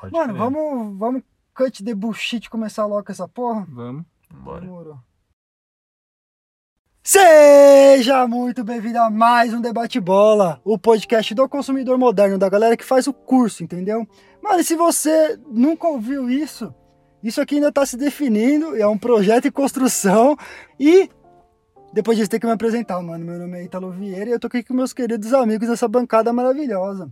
Pode Mano, crer. vamos, vamos cut the bullshit e começar logo com essa porra? Vamos. Bora. Demorou. Seja muito bem-vindo a mais um Debate Bola, o podcast do consumidor moderno, da galera que faz o curso, entendeu? Mano, e se você nunca ouviu isso, isso aqui ainda tá se definindo, é um projeto em construção e depois disso tem que me apresentar, mano. Meu nome é Italo Vieira e eu tô aqui com meus queridos amigos nessa bancada maravilhosa.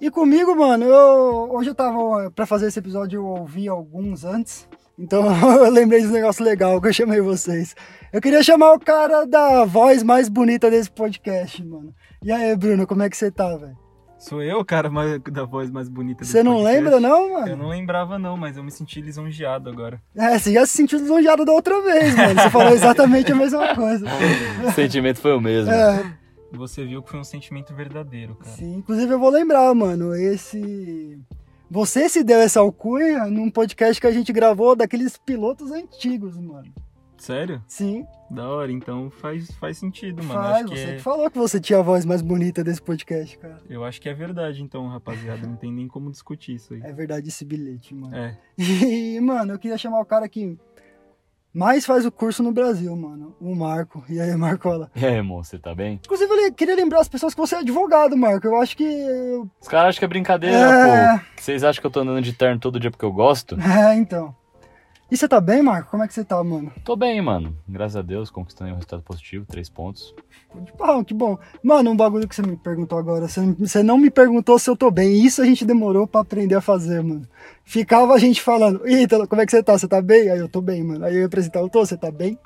E comigo, mano, eu, hoje eu tava ó, pra fazer esse episódio, eu ouvi alguns antes. Então eu lembrei de um negócio legal que eu chamei vocês. Eu queria chamar o cara da voz mais bonita desse podcast, mano. E aí, Bruno, como é que você tá, velho? Sou eu, cara, mais- da voz mais bonita desse Você não podcast. lembra, não, mano? Eu não lembrava, não, mas eu me senti lisonjeado agora. É, você já se sentiu lisonjeado da outra vez, mano. Você falou exatamente a mesma coisa. O sentimento foi o mesmo. É, Você viu que foi um sentimento verdadeiro, cara. sim. Inclusive, eu vou lembrar, mano, esse. Você se deu essa alcunha num podcast que a gente gravou daqueles pilotos antigos, mano. Sério? Sim, Da hora, então faz, faz sentido, mano. faz. acho que Você é- que falou que você tinha a voz mais bonita desse podcast, cara. Eu acho que é verdade, então, rapaziada. Não tem nem como discutir isso aí. É verdade esse bilhete, mano. É. E, mano, eu queria chamar o cara que mais faz o curso no Brasil, mano. O Marco. E aí, Marcola? E aí, irmão, você tá bem? Inclusive, eu le- queria lembrar as pessoas que você é advogado, Marco. Eu acho que. eu- Os caras acham que é brincadeira, É. pô. Vocês acham que eu tô andando de terno todo dia porque eu gosto? É, então. E você tá bem, Marco? Como é que você tá, mano? Tô bem, mano. Graças a Deus, conquistando um resultado positivo, três pontos. Tipo, ah, que bom. Mano, um bagulho que você me perguntou agora. Você, você não me perguntou se eu tô bem. e Isso a gente demorou pra aprender a fazer, mano. Ficava a gente falando, Ítalo, como é que você tá? Você tá bem? Aí eu tô bem, mano. Aí eu ia apresentar, eu tô, você tá bem?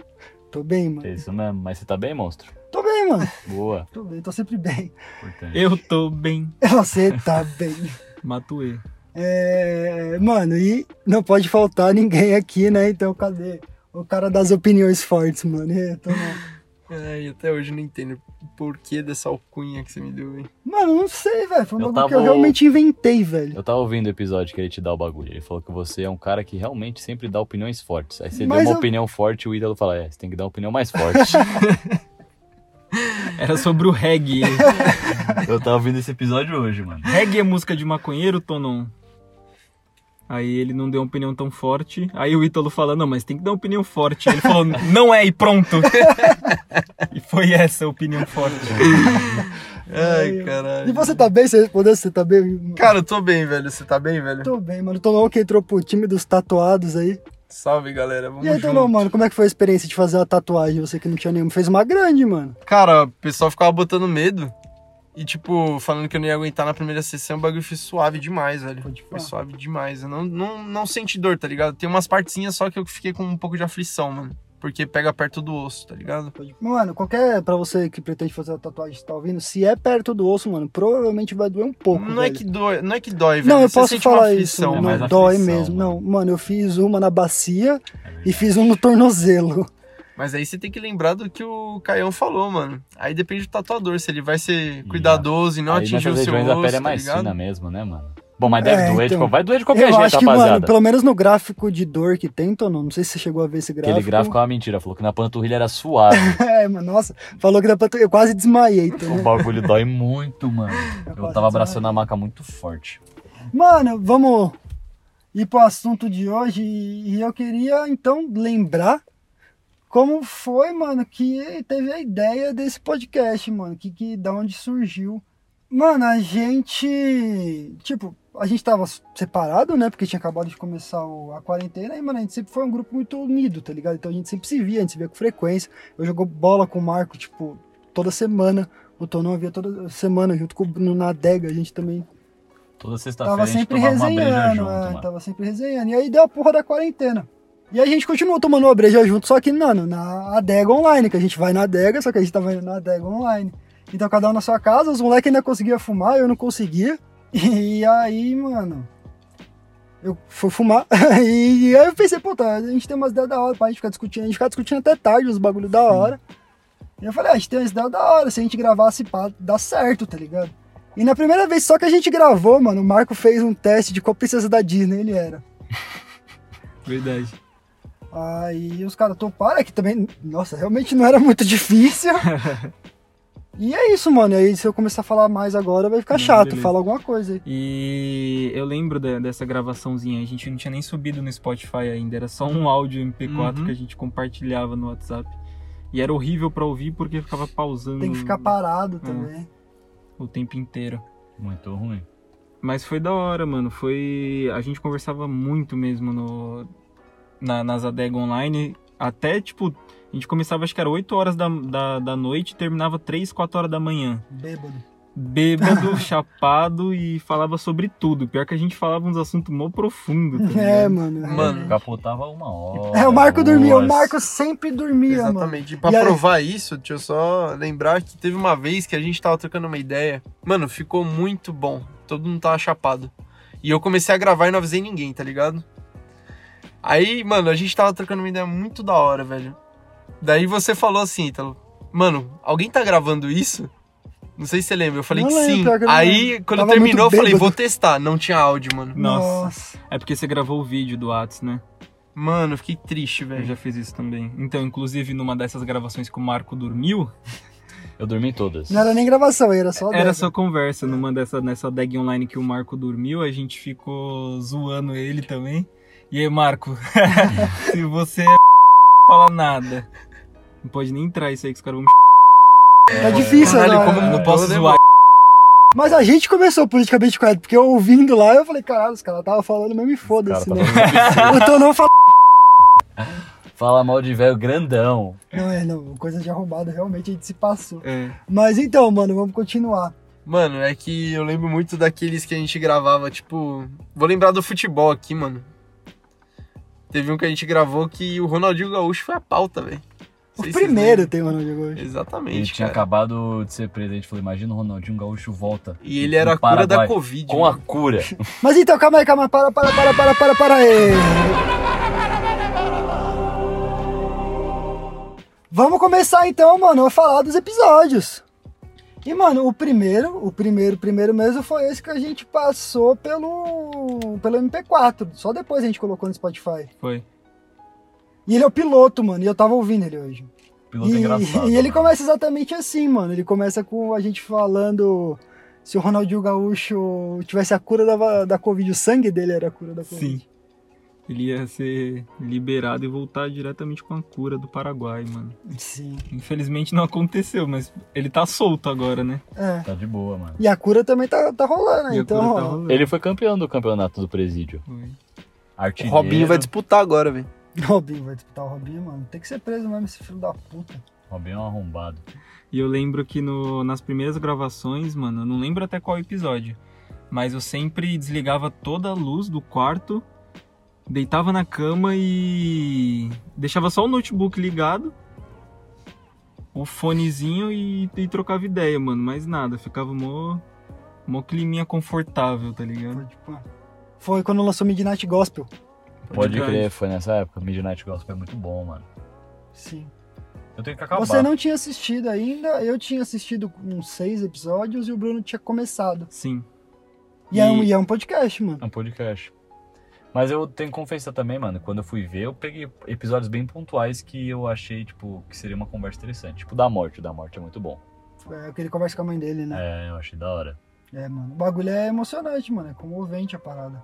Tô bem, É mano. isso mesmo. Mas você tá bem, monstro? Tô bem, mano. Boa. Tô bem, tô sempre bem. Importante. Eu tô bem. Você tá bem. Matuê. É, mano, e não pode faltar ninguém aqui, né? Então cadê o cara das opiniões fortes, mano? É, tô não. Ai, até hoje eu não entendo o porquê dessa alcunha que você me deu, hein? Mano, não sei, velho. Foi um Eu bagulho tava- que eu realmente inventei, velho. Eu tava ouvindo o episódio que ele te dá o bagulho. Ele falou que você é um cara que realmente sempre dá opiniões fortes. Aí você Mas deu uma eu- opinião forte e o ídolo fala: É, você tem que dar uma opinião mais forte. Era sobre o reggae. eu tava ouvindo esse episódio hoje, mano. reggae é música de maconheiro, Tonon? Aí ele não deu uma opinião tão forte. Aí o Ítalo fala, não, mas tem que dar uma opinião forte. Ele falou, não é e pronto. e foi essa a opinião forte. Ai, Ai, caralho. E você tá bem? Você respondeu se você tá bem? Cara, eu tô bem, velho. Você tá bem, velho? Tô bem, mano. Tô que entrou pro time dos tatuados aí. Salve, galera. Vamos e aí, junto. Tonão, mano, como é que foi a experiência de fazer uma tatuagem? Você que não tinha nenhuma. Fez uma grande, mano. Cara, o pessoal ficava botando medo. E, tipo, falando que eu não ia aguentar na primeira sessão, o bagulho foi suave demais, velho. Pode Foi falar. suave demais. Eu não, não, não senti dor, tá ligado? Tem umas partezinhas só que eu fiquei com um pouco de aflição, mano. Porque pega perto do osso, tá ligado? Pode- Mano, qualquer. Pra você que pretende fazer uma tatuagem que tá ouvindo, se é perto do osso, mano, provavelmente vai doer um pouco. não, velho. é que dói, não é que dói, velho. Não, eu Você posso sente uma falar isso. né? aflição, É Não, mais mano. dói aflição, mesmo. mano. Não, mano, eu fiz uma na bacia e fiz um no tornozelo. Mas aí você tem que lembrar do que o Caião falou, mano. Aí depende do tatuador, se ele vai ser cuidadoso e não Aí atingir o nessas seu regiões osso, a pele é tá mais ligado? fina mesmo, né, mano? Bom, mas deve É, doer de então. qualquer- Vai doer de qualquer eu jeito, acho que, rapaziada. mano, pelo menos no gráfico de dor que tem, Tonon, não sei se você chegou a ver esse gráfico. Aquele gráfico é uma mentira. Falou que na panturrilha era suave. É, mano, nossa, falou que dá pra. tu- Eu quase desmaiei, então. o bagulho dói muito, mano. Eu quase tava abraçando a maca muito forte. Mano, vamos ir pro assunto de hoje e eu queria então lembrar como foi, mano, que teve a ideia desse podcast, mano, que, que da onde surgiu. Mano, a gente, tipo, a gente tava separado, né, porque tinha acabado de começar o- a quarentena e, mano, a gente sempre foi um grupo muito unido, tá ligado? Então a gente sempre se via, a gente se via com frequência. Eu jogo bola com o Marco, tipo, toda semana. O Tonão via toda semana junto com o Bruno na adega, a gente também Toda sexta-feira Tava a gente sempre tomava uma breja resenhando, junto, é, mano. tava sempre resenhando. E aí deu a porra da quarentena. E aí a gente continuou tomando uma breja junto, só que, mano, na adega online, que a gente vai na adega, só que a gente tava indo na adega online. Então cada um na sua casa, os moleques ainda conseguiam fumar, eu não conseguia. E aí, mano, eu fui fumar. E aí eu pensei, puta, a gente tem umas ideias da hora pra gente ficar discutindo. A gente ficava discutindo até tarde os bagulho da hora. E eu falei, ah, a gente tem umas ideias da hora, se a gente gravasse pá, dá certo, tá ligado? E na primeira vez só que a gente gravou, mano, o Marco fez um teste de qual princesa da Disney ele era. Verdade. Aí os caras toparam, é que também, nossa, realmente não era muito difícil. E é isso, mano. E aí, se eu começar a falar mais agora, vai ficar Não, chato. beleza. Fala alguma coisa aí. E eu lembro de- dessa gravaçãozinha, a gente não tinha nem subido no Spotify ainda, era só um áudio MP4 Uhum. que a gente compartilhava no WhatsApp. E era horrível pra ouvir porque ficava pausando Tem que ficar Hum. parado também. o tempo inteiro. Muito ruim. Mas foi da hora, mano. Foi. A gente conversava muito mesmo no... na, nas adegas online. Até tipo, a gente começava acho que era 8 horas da, da, da noite e terminava 3, 4 horas da manhã. Bêbado. bêbado, chapado e falava sobre tudo. Pior que a gente falava uns assuntos mó profundo. tá É, ligado? mano. Mano, Capotava uma hora. É, o Marco dormia. O duas. Marco sempre dormia, mano. Exatamente. E pra E aí- provar isso, deixa eu só lembrar que teve uma vez que a gente tava trocando uma ideia. Mano, ficou muito bom. Todo mundo tava chapado. E eu comecei a gravar e não avisei ninguém, tá ligado? Aí, mano, a gente tava trocando uma ideia muito da hora, velho. Daí você falou assim, Ítalo, mano, alguém tá gravando isso? Não sei se você lembra, eu falei Não que lembro, sim. pior que eu não Aí, lembro. quando Tava terminou, eu muito falei, bêbado. vou testar. Não tinha áudio, mano. Nossa. É porque você gravou o vídeo do Atos, né? Mano, eu fiquei triste, Eu velho. já fiz isso também. Então, inclusive, numa dessas gravações que o Marco dormiu, Eu dormi em todas. Não era nem gravação, era só. era dessa. só conversa. Numa dessa, nessa dag online que o Marco dormiu, a gente ficou zoando ele também. E aí, Marco, se você é fala nada. Não pode nem entrar isso aí que os caras vão me É difícil Caralho, agora. como eu não posso Eu zoar. Mas a gente começou politicamente correto, porque eu ouvindo lá, eu falei, caralho, os caras tava falando mesmo e foda-se, né? Cara, tá falando- Eu tô não falando. Fala mal de velho grandão. Não, é, não, coisa de arrombado, realmente a gente se passou. É. Mas então, mano, vamos continuar. Mano, é que eu lembro muito daqueles que a gente gravava, tipo. Vou lembrar do futebol aqui, mano. Teve um que a gente gravou que o Ronaldinho Gaúcho foi a pauta, velho. O Não sei se vocês primeiro lembram. tema no jogo hoje. Exatamente. Ele tinha cara. acabado de ser presidente. Falei, imagina o Ronaldinho Gaúcho volta. E ele era a No cura da Paraguai. Covid. Com a mano. cura. Mas então, calma aí, calma aí, para, para, para, para, para, para aí. Vamos começar então, mano, a falar dos episódios. E, mano, o primeiro, o primeiro, primeiro mesmo foi esse que a gente passou pelo, pelo MP4. Só depois a gente colocou no Spotify. Foi. E ele é o piloto, mano, e eu tava ouvindo ele hoje. Um Piloto é e, engraçado. e ele né? mano. começa exatamente assim, mano. Ele começa com a gente falando se o Ronaldinho Gaúcho tivesse a cura da, va- da Covid, o sangue dele era a cura da Covid. Sim. Ele ia ser liberado e voltar diretamente com a cura do Paraguai, mano. Sim. Infelizmente não aconteceu, mas ele tá solto agora, né? É. Tá de boa, mano. E a cura também tá, tá rolando, né? E a então. cura ó, tá rolando. Ele foi campeão do campeonato do presídio. Foi. O Artilheiro. Robinho vai disputar agora, velho. Robinho vai disputar o Robinho, mano. Tem que ser preso mesmo, esse filho da puta. Robinho é um arrombado. E eu lembro que no- nas primeiras gravações, mano, eu não lembro até qual episódio, mas eu sempre desligava toda a luz do quarto, deitava na cama e deixava só o notebook ligado, o fonezinho e, e trocava ideia, mano. Mais nada, ficava mó, mó climinha confortável, tá ligado? Foi, tipo, foi quando lançou Midnight Gospel. Pode crer. crer, foi nessa época. Midnight Gospel é muito bom, mano. Sim. Eu tenho que acabar. Você não tinha assistido ainda, eu tinha assistido uns seis episódios e o Bruno tinha começado. Sim. E, é, um, E- e é um podcast, mano. É um podcast. Mas eu tenho que confessar também, mano, quando eu fui ver, eu peguei episódios bem pontuais que eu achei, tipo, que seria uma conversa interessante. Tipo, da morte. O da morte é muito bom. É, que ele conversa com a mãe dele, né? É, eu achei da hora. É, mano. O bagulho é emocionante, mano. É comovente a parada.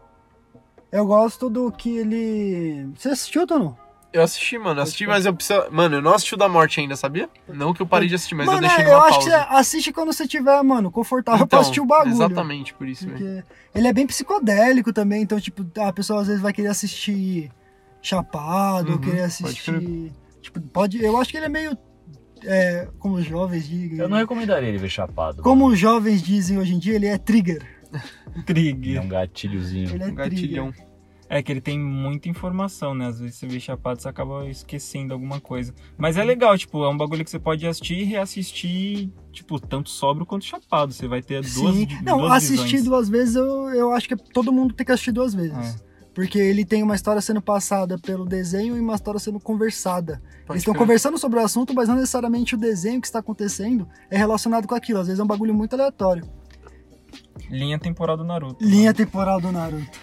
Eu gosto do que ele. Você assistiu, Tono? Eu assisti, mano. Eu assisti, mas eu preciso. Mano, eu não assisti o da morte ainda, sabia? Não que eu parei de assistir, mas mano, eu deixei é, numa eu acho pausa. Então, que você assiste quando você tiver, mano, confortável pra assistir o bagulho. Exatamente, por isso, velho. Porque ele é bem psicodélico também, então, tipo, a pessoa às vezes vai querer assistir Chapado, Uhum, querer pode assistir. tipo, pode. Eu acho que ele é meio. É, como os jovens dizem. Eu não é- recomendaria ele ver chapado. Como os jovens dizem hoje em dia, ele é trigger. É Trigger. um gatilhozinho. Ele é Um gatilhão. É que ele tem muita informação, né? Às vezes você vê chapado, você acaba esquecendo alguma coisa. Mas é legal, tipo, é um bagulho que você pode assistir e reassistir, tipo, tanto sóbrio quanto chapado. Você vai ter É duas, Sim. di- Não, duas assistir visões. duas vezes eu, eu acho que todo mundo tem que assistir duas vezes. É. Porque ele tem uma história sendo passada pelo desenho e uma história sendo conversada. Pode Eles estão crer. conversando sobre o assunto, mas não necessariamente o desenho que está acontecendo é relacionado com aquilo. Às vezes é um bagulho muito aleatório. Linha temporal do Naruto. né? Linha temporal do Naruto.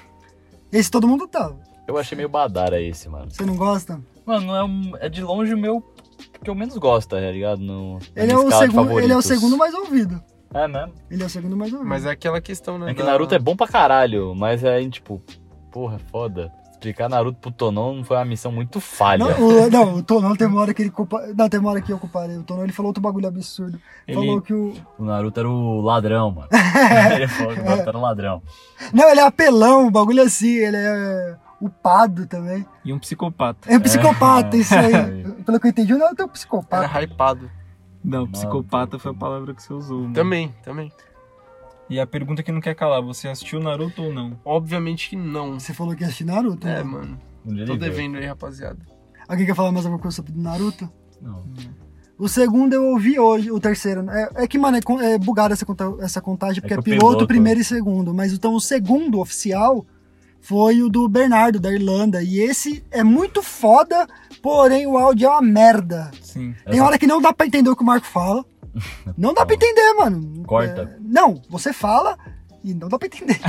Esse todo mundo tá. Eu achei meio badara esse, mano. Você não gosta? Mano, não é, um- é de longe o meu que eu menos gosto, tá ligado? No, na Ele minha é, o escala de segundo, ele é o favoritos. segundo mais ouvido. É mesmo? Ele é o segundo mais ouvido. Mas é aquela questão, né? É que da- Naruto é bom pra caralho, mas aí, tipo, porra, foda. Explicar Naruto pro Tonon foi uma missão muito falha. Não, o, não, o Tonão tem uma hora que ele culpa... Não, tem uma hora que eu comparei. O Tonão ele falou outro bagulho absurdo. Ele- Falou que o. O Naruto era o ladrão, mano. ele é foda, o Naruto era o ladrão. Não, ele é apelão, o bagulho é assim, ele é upado também. E um psicopata. É um psicopata, É. isso aí. Pelo que eu entendi, o Naruto é um psicopata. Era hypado. Não, Mano, psicopata puta, foi a mano. palavra que você usou. mano. Também, também. E a pergunta que não quer calar, você assistiu Naruto ou não? Obviamente que não. Você falou que ia assistir Naruto. É, né? mano. Um dia Tô ele veio. devendo aí, rapaziada. Alguém quer falar mais alguma coisa sobre Naruto? Não. O segundo eu ouvi hoje, o terceiro. né? É, é que, mano, é, con- é bugada essa, conta- essa contagem, porque é, que o piloto, piloto- primeiro e segundo. Mas então o segundo oficial foi o do Bernardo, da Irlanda. E esse é muito foda, porém o áudio é uma merda. Sim. Tem hora que não dá pra entender o que o Marco fala. Não dá pra entender, mano. Corta. É, não, você fala e não dá pra entender.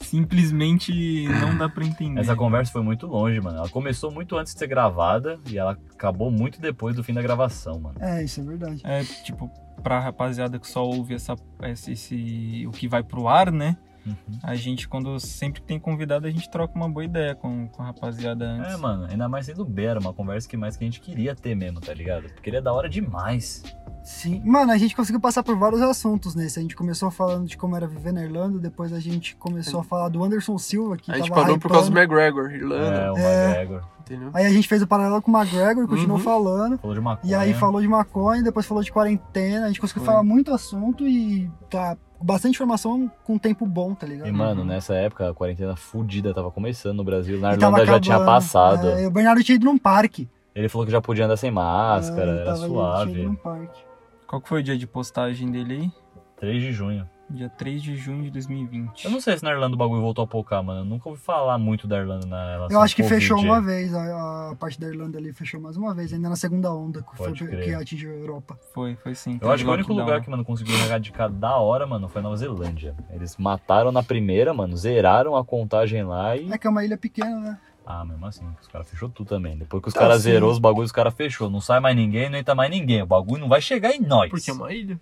Simplesmente não dá pra entender. Essa conversa foi muito longe, mano. Ela começou muito antes de ser gravada e ela acabou muito depois do fim da gravação, mano. É, isso é verdade. É, tipo, pra rapaziada que só ouve essa, esse, esse- o que vai pro ar, né? Uhum. A gente, quando sempre tem convidado, a gente troca uma boa ideia com, com a rapaziada antes. É, mano, ainda mais sendo Bera, uma conversa que mais que a gente queria ter mesmo, tá ligado? Porque ele é da hora demais. Sim. Mano, a gente conseguiu passar por vários assuntos nesse. A gente começou falando de como era viver na Irlanda, depois a gente começou a falar do Anderson Silva, que A gente tava parou por causa do hypando. McGregor, Irlanda, É, o É. McGregor. entendeu? Aí a gente fez o paralelo com o McGregor, continuou Uhum. falando. Falou de maconha. E aí falou de maconha, depois falou de quarentena. A gente conseguiu Foi. falar muito assunto e tá bastante informação com tempo bom, tá ligado? E, mano, nessa época, a quarentena fudida tava começando no Brasil. Na E tava Irlanda já tinha acabando. passado. É, o Bernardo tinha ido num parque. Ele falou que já podia andar sem máscara, É, ele era tava- ele suave. Tinha ido num parque. Qual que foi o dia de postagem dele aí? 3 de junho. Dia 3 de junho de 2020. Eu não sei se na Irlanda o bagulho voltou a poucar, mano. Eu nunca ouvi falar muito da Irlanda na relação Eu acho que ao Covid. fechou uma vez, a, a parte da Irlanda ali fechou mais uma vez, ainda na segunda onda, que, foi, Pode crer. que atingiu a Europa. Foi, foi sim. Eu Teve acho que é o único lockdown. lugar que, mano, conseguiu erradicar da hora, mano, foi a Nova Zelândia. Eles mataram na primeira, mano, zeraram a contagem lá e. É que é uma ilha pequena, né? Ah, mesmo assim, os caras fechou tudo também. Depois que os Tá, caras sim. zerou os bagulhos, os caras fechou. Não sai mais ninguém, não entra mais ninguém. O bagulho não vai chegar em nós. Porque é uma ilha.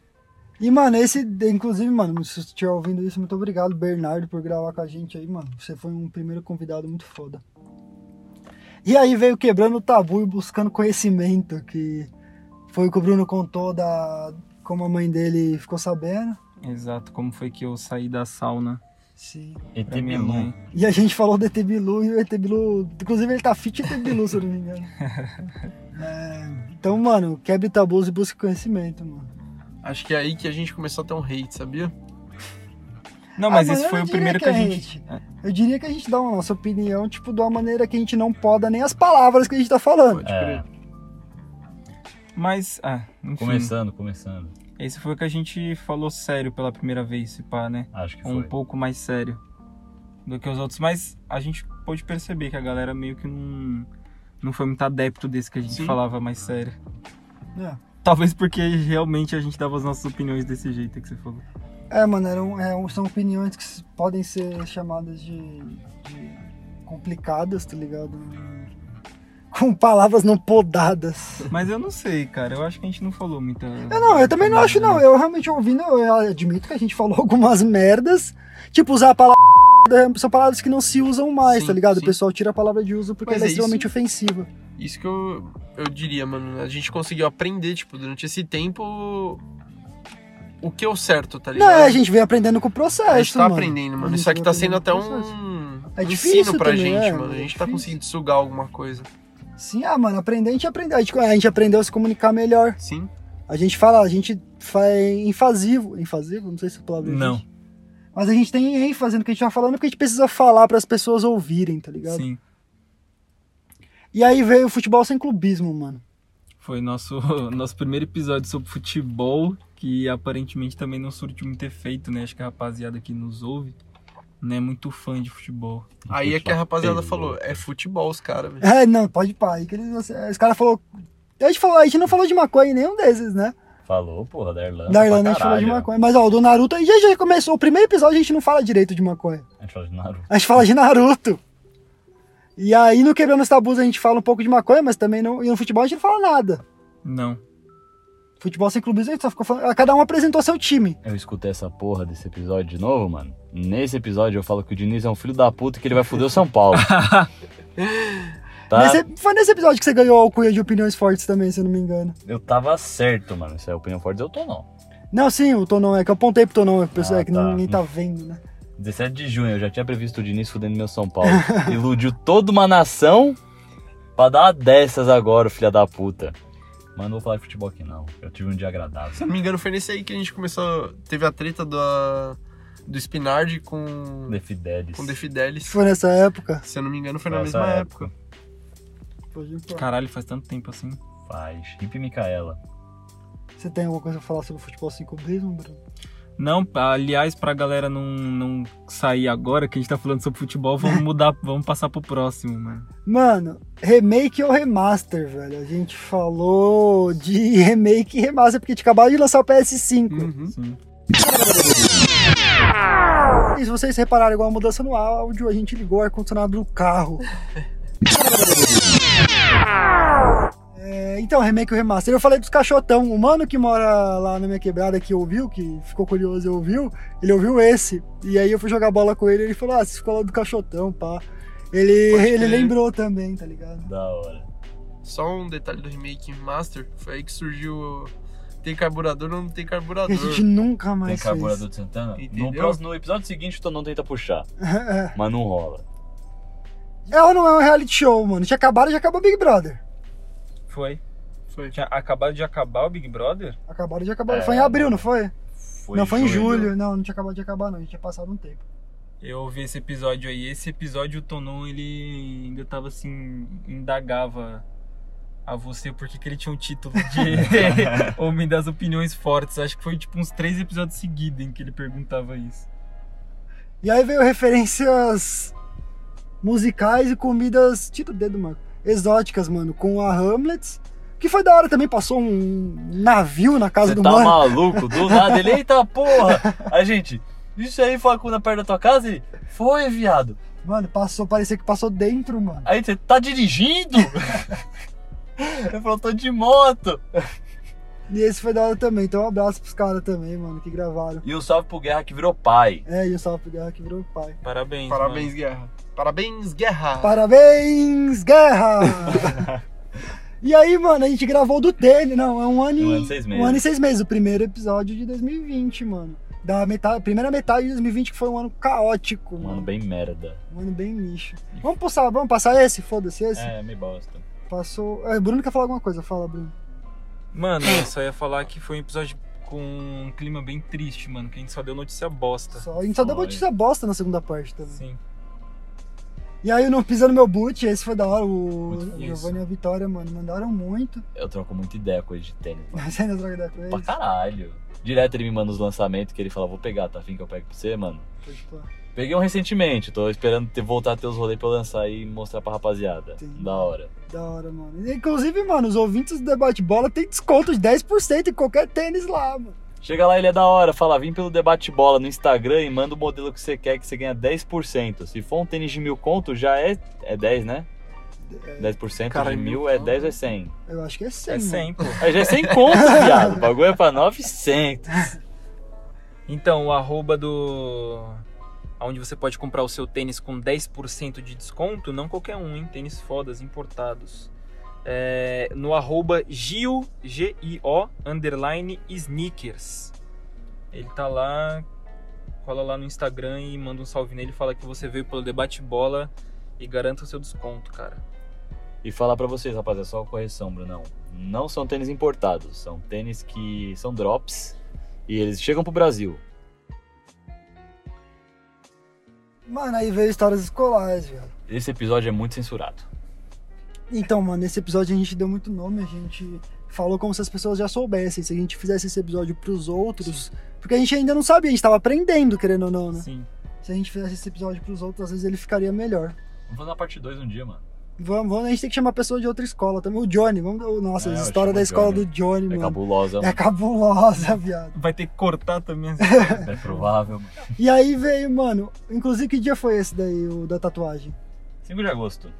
E, mano, esse, inclusive, mano, se você estiver ouvindo isso, muito obrigado, Bernardo, por gravar com a gente aí, mano. Você foi um primeiro convidado muito foda. E aí veio quebrando o tabu e buscando conhecimento, que foi o que o Bruno contou da como a mãe dele ficou sabendo. Exato, como foi que eu saí da sauna Sim. é E pra tem minha Bilu. mãe. E a gente falou do ET Bilu e o ET Bilu. Inclusive, ele tá fit ET Bilu, se eu não me engano. É, então, mano, quebre tabus e busque conhecimento, mano. Acho que é aí que a gente começou a ter um hate, sabia? Não, mas Ah, mano, esse eu foi não o diria primeiro que, a é gente. hate. Eu diria que a gente dá a nossa opinião, tipo, de uma maneira que a gente não poda nem as palavras que a gente tá falando. Pode É, crer. Mas, ah, enfim. começando, começando. Esse foi o que a gente falou sério pela primeira vez, se pá, né? Acho que um foi. pouco mais sério do que os outros, mas a gente pôde perceber que a galera meio que não, não foi muito adepto desse que a gente Sim. falava mais sério. É. Talvez porque realmente a gente dava as nossas opiniões desse jeito que você falou. É, mano, era um- é um- são opiniões que s- podem ser chamadas de, de complicadas, tá ligado? Com palavras não podadas. Mas eu não sei, cara. Eu acho que a gente não falou muita. Eu É, não, eu também não acho, não. Eu realmente ouvindo, eu admito que a gente falou algumas merdas. Tipo, usar a palavra. São palavras que não se usam mais, Sim, tá ligado? O sim. pessoal tira a palavra de uso porque Mas ela é, é isso. Tá extremamente ofensiva. Isso que eu, eu diria, mano. A gente conseguiu aprender, tipo, durante esse tempo, o que é o certo, tá Não, ligado? a gente vem aprendendo com o processo, A gente tá mano. aprendendo, A mano. gente Isso aqui vai tá sendo até aprendendo um com É um difícil ensino pra também, gente, é, mano. A é gente tá difícil. conseguindo sugar alguma coisa. Sim, ah, mano, aprender a gente aprendeu. A gente, a gente aprendeu a se comunicar melhor. Sim. A gente fala, a gente faz enfasivo. Enfasivo? Não sei se é a palavra né? Não. existe. Mas a gente tem ênfase no que a gente tá falando porque a gente precisa falar para as pessoas ouvirem, tá ligado? Sim. E aí veio o futebol sem clubismo, mano. Foi nosso, nosso primeiro episódio sobre futebol, que aparentemente também não surtiu muito efeito, né? Acho que a rapaziada que nos ouve não é muito fã de futebol. Aí é que a rapaziada Futebol. falou, é futebol os caras, velho. É, não, pode pá. Aí que eles, os caras falaram. A gente, falou, a gente não falou de maconha em nenhum desses, né? Falou, porra, da Irlanda. da Irlanda a pra gente falou de caralho. né? maconha. Mas ó, o do Naruto aí já, já começou. O primeiro episódio a gente não fala direito de maconha. A gente falou de Naruto. A gente fala de Naruto. E aí, no Quebrando os Tabus, a gente fala um pouco de maconha, mas também não. E no futebol a gente não fala nada. Não. Futebol sem clubes, a gente só ficou falando. Cada um apresentou seu time. Eu escutei essa porra desse episódio de novo, mano. Nesse episódio eu falo que o Diniz é um filho da puta e que ele vai foder o São Paulo. tá? Nesse- foi nesse episódio que você ganhou a alcunha de opiniões fortes também, se eu não me engano. Eu tava certo, mano. Se é opinião forte, eu tô não. Não, sim, o Tonão é que eu apontei pro Tonão, é que, o pessoal- Ah, é que tá. ninguém tá vendo, né? 17 de junho, eu já tinha previsto o Diniz fudendo meu São Paulo. Iludiu toda uma nação pra dar uma dessas agora, o filho da puta. Mas não vou falar de futebol aqui, não. Eu tive um Se dia agradável. eu não me engano, foi nesse aí que a gente começou. Teve a treta da, do Spinardi com. The Fidelis. Com The Fidelis. Foi nessa época. Se eu não me engano, foi na Nessa mesma época. época. Tá. Caralho, faz tanto tempo assim. Faz. Hip Micaela. Você tem alguma coisa pra falar sobre futebol assim sem clubes, Bruno? Não, aliás, pra galera não, não sair agora, que a gente tá falando sobre futebol, vamos mudar, vamos passar pro próximo, mano. Mano, remake ou remaster, velho? A gente falou de remake e remaster, porque a gente acabou de lançar o PS5. Uhum. Sim. E se vocês repararam, igual a mudança no áudio, a gente ligou o ar-condicionado do carro. É, então, remake ou remaster. Eu falei dos cachotão. O mano que mora lá na minha quebrada que ouviu, que ficou curioso e ouviu, ele ouviu esse. E aí eu fui jogar bola com ele ele falou: Ah, você ficou lá do cachotão, pá. Ele, Pode ele crer. lembrou também, tá ligado? Da hora. Só um detalhe do remake Master, foi aí que surgiu o tem carburador ou não tem carburador. Que a gente nunca Tem mais carburador de Santana? Entendeu? No, próximo- no episódio seguinte, o Tonão tenta puxar. fez. É, Mas não rola. é ou não é um reality show, mano? Já acabaram, já acabou Big Brother. Foi. Foi. Tinha acabado de acabar o Big Brother? Acabaram, já acabou. É, foi em abril, não foi? Foi não, foi em julho. Não, não tinha acabado de acabar, não. A gente tinha passado um tempo. Eu ouvi esse episódio aí. Esse episódio, o Tonon, ele ainda tava assim, indagava a você porque que ele tinha um título de Homem das Opiniões Fortes. Acho que foi tipo uns três episódios seguidos em que ele perguntava isso. E aí veio referências musicais e comidas. Tira o dedo, mano. Exóticas, mano. Com a Hamlet. Que foi da hora também. Passou um navio na casa Você do tá mano. maluco? Do nada ele, eita porra! A gente, isso aí foi quando perto da tua casa? Ele, foi, viado. Mano, passou. Parecia que passou dentro, mano. Aí você, tá dirigindo? Ele falou, tô de moto. E esse foi da hora também. Então um abraço pros caras também, mano. Que gravaram. E um salve pro Guerra que virou pai. É, e o Salve Guerra que virou pai. Parabéns. Parabéns, Guerra. Parabéns, Guerra. Parabéns, Guerra! E aí, mano, a gente gravou do tênis, não, é um ano, Um e, ano e seis meses. Um ano e seis meses, o primeiro episódio de 2020, mano. Da metade, primeira metade de 2020, que foi um ano caótico, mano. Mano, bem merda. Um ano bem lixo. Vamos passar, vamos passar esse? Foda-se esse? É, me bosta. Passou. É, Bruno quer falar alguma coisa, fala, Bruno. Mano, eu só ia falar que foi um episódio com um clima bem triste, mano, que a gente só deu notícia bosta. Só- a gente só deu Foi. notícia bosta na segunda parte também. Sim. E aí, eu não pisando meu boot, esse foi da hora, o Muito isso. Giovanni e a Vitória, mano, mandaram muito. Eu troco muita ideia com ele de tênis, mano. Mas ainda droga da coisa. Pra caralho. Direto ele me manda os lançamentos que ele fala, vou pegar, tá afim que eu pego pra você, mano? Pode falar. Peguei um recentemente, tô esperando ter, voltar a ter os rolês pra eu lançar e mostrar pra rapaziada. Sim. Da hora. Da hora, mano. Inclusive, mano, os ouvintes do Debate Bola tem desconto de 10% em qualquer tênis lá, mano. Chega lá, ele é da hora, fala, vim pelo debate bola no Instagram e manda o modelo que você quer que você ganha 10%. Se for um tênis de mil conto, já é, é 10, né? 10% Cara, de é mil mil é conto. 10 ou é 100? Eu acho que é 100, É mano. sempre. Aí já é 100 conto, viado. O bagulho é pra 900. Então, o arroba do. Onde você pode comprar o seu tênis com 10% de desconto, não qualquer um, hein? Tênis fodas importados. É, no arroba Gio, G-I-O, underline sneakers. Ele tá lá, cola lá no Instagram e manda um salve nele, fala que você veio pelo debate bola e garanta o seu desconto, cara. E falar pra vocês, rapaziada, só uma correção, Brunão. Não são tênis importados, são tênis que são drops e eles chegam pro Brasil. Mano, aí veio histórias escolares, velho. Esse episódio é muito censurado. Então, mano, nesse episódio a gente deu muito nome, a gente falou como se as pessoas já soubessem. Se a gente fizesse esse episódio pros outros. Porque a gente ainda não sabia, a gente tava aprendendo, querendo ou não, né? Sim. Se a gente fizesse esse episódio pros outros, às vezes ele ficaria melhor. Vamos fazer uma parte 2 um dia, mano. Vamos, vamos, a gente tem que chamar a pessoa de outra escola também. O Johnny, vamos. Nossa, É, a eu história chamo da o escola Johnny. do Johnny, É mano. cabulosa, É mano. cabulosa, viado. Vai ter que cortar também as É provável, mano. E aí veio, mano. Inclusive, que dia foi esse daí, o da tatuagem? 5 de agosto.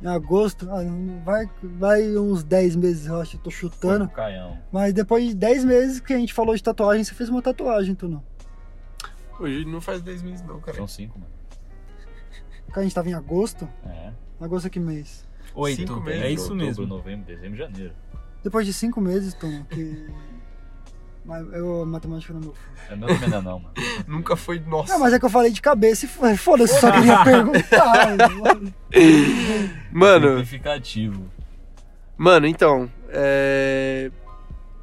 em agosto, ah, não- vai, vai uns 10 meses, eu acho, eu tô Foi chutando. pro Caião. Mas depois de 10 meses que a gente falou de tatuagem, você fez uma tatuagem, tu não. Hoje não faz 10 meses não, cara. São cinco, mano. Porque a gente tava em agosto. É. Agosto é que mês? Oito. Cinco meses, É isso outubro, mesmo. novembro, dezembro, janeiro. Depois de 5 meses, Tom, que. Mas eu, matemática não é meu forte. É meu também não, é não, mano. Nunca foi, nossa. Não, mas é que eu falei de cabeça e fo- foda-se, só queria perguntar. Mano, Significativo. mano, então, é...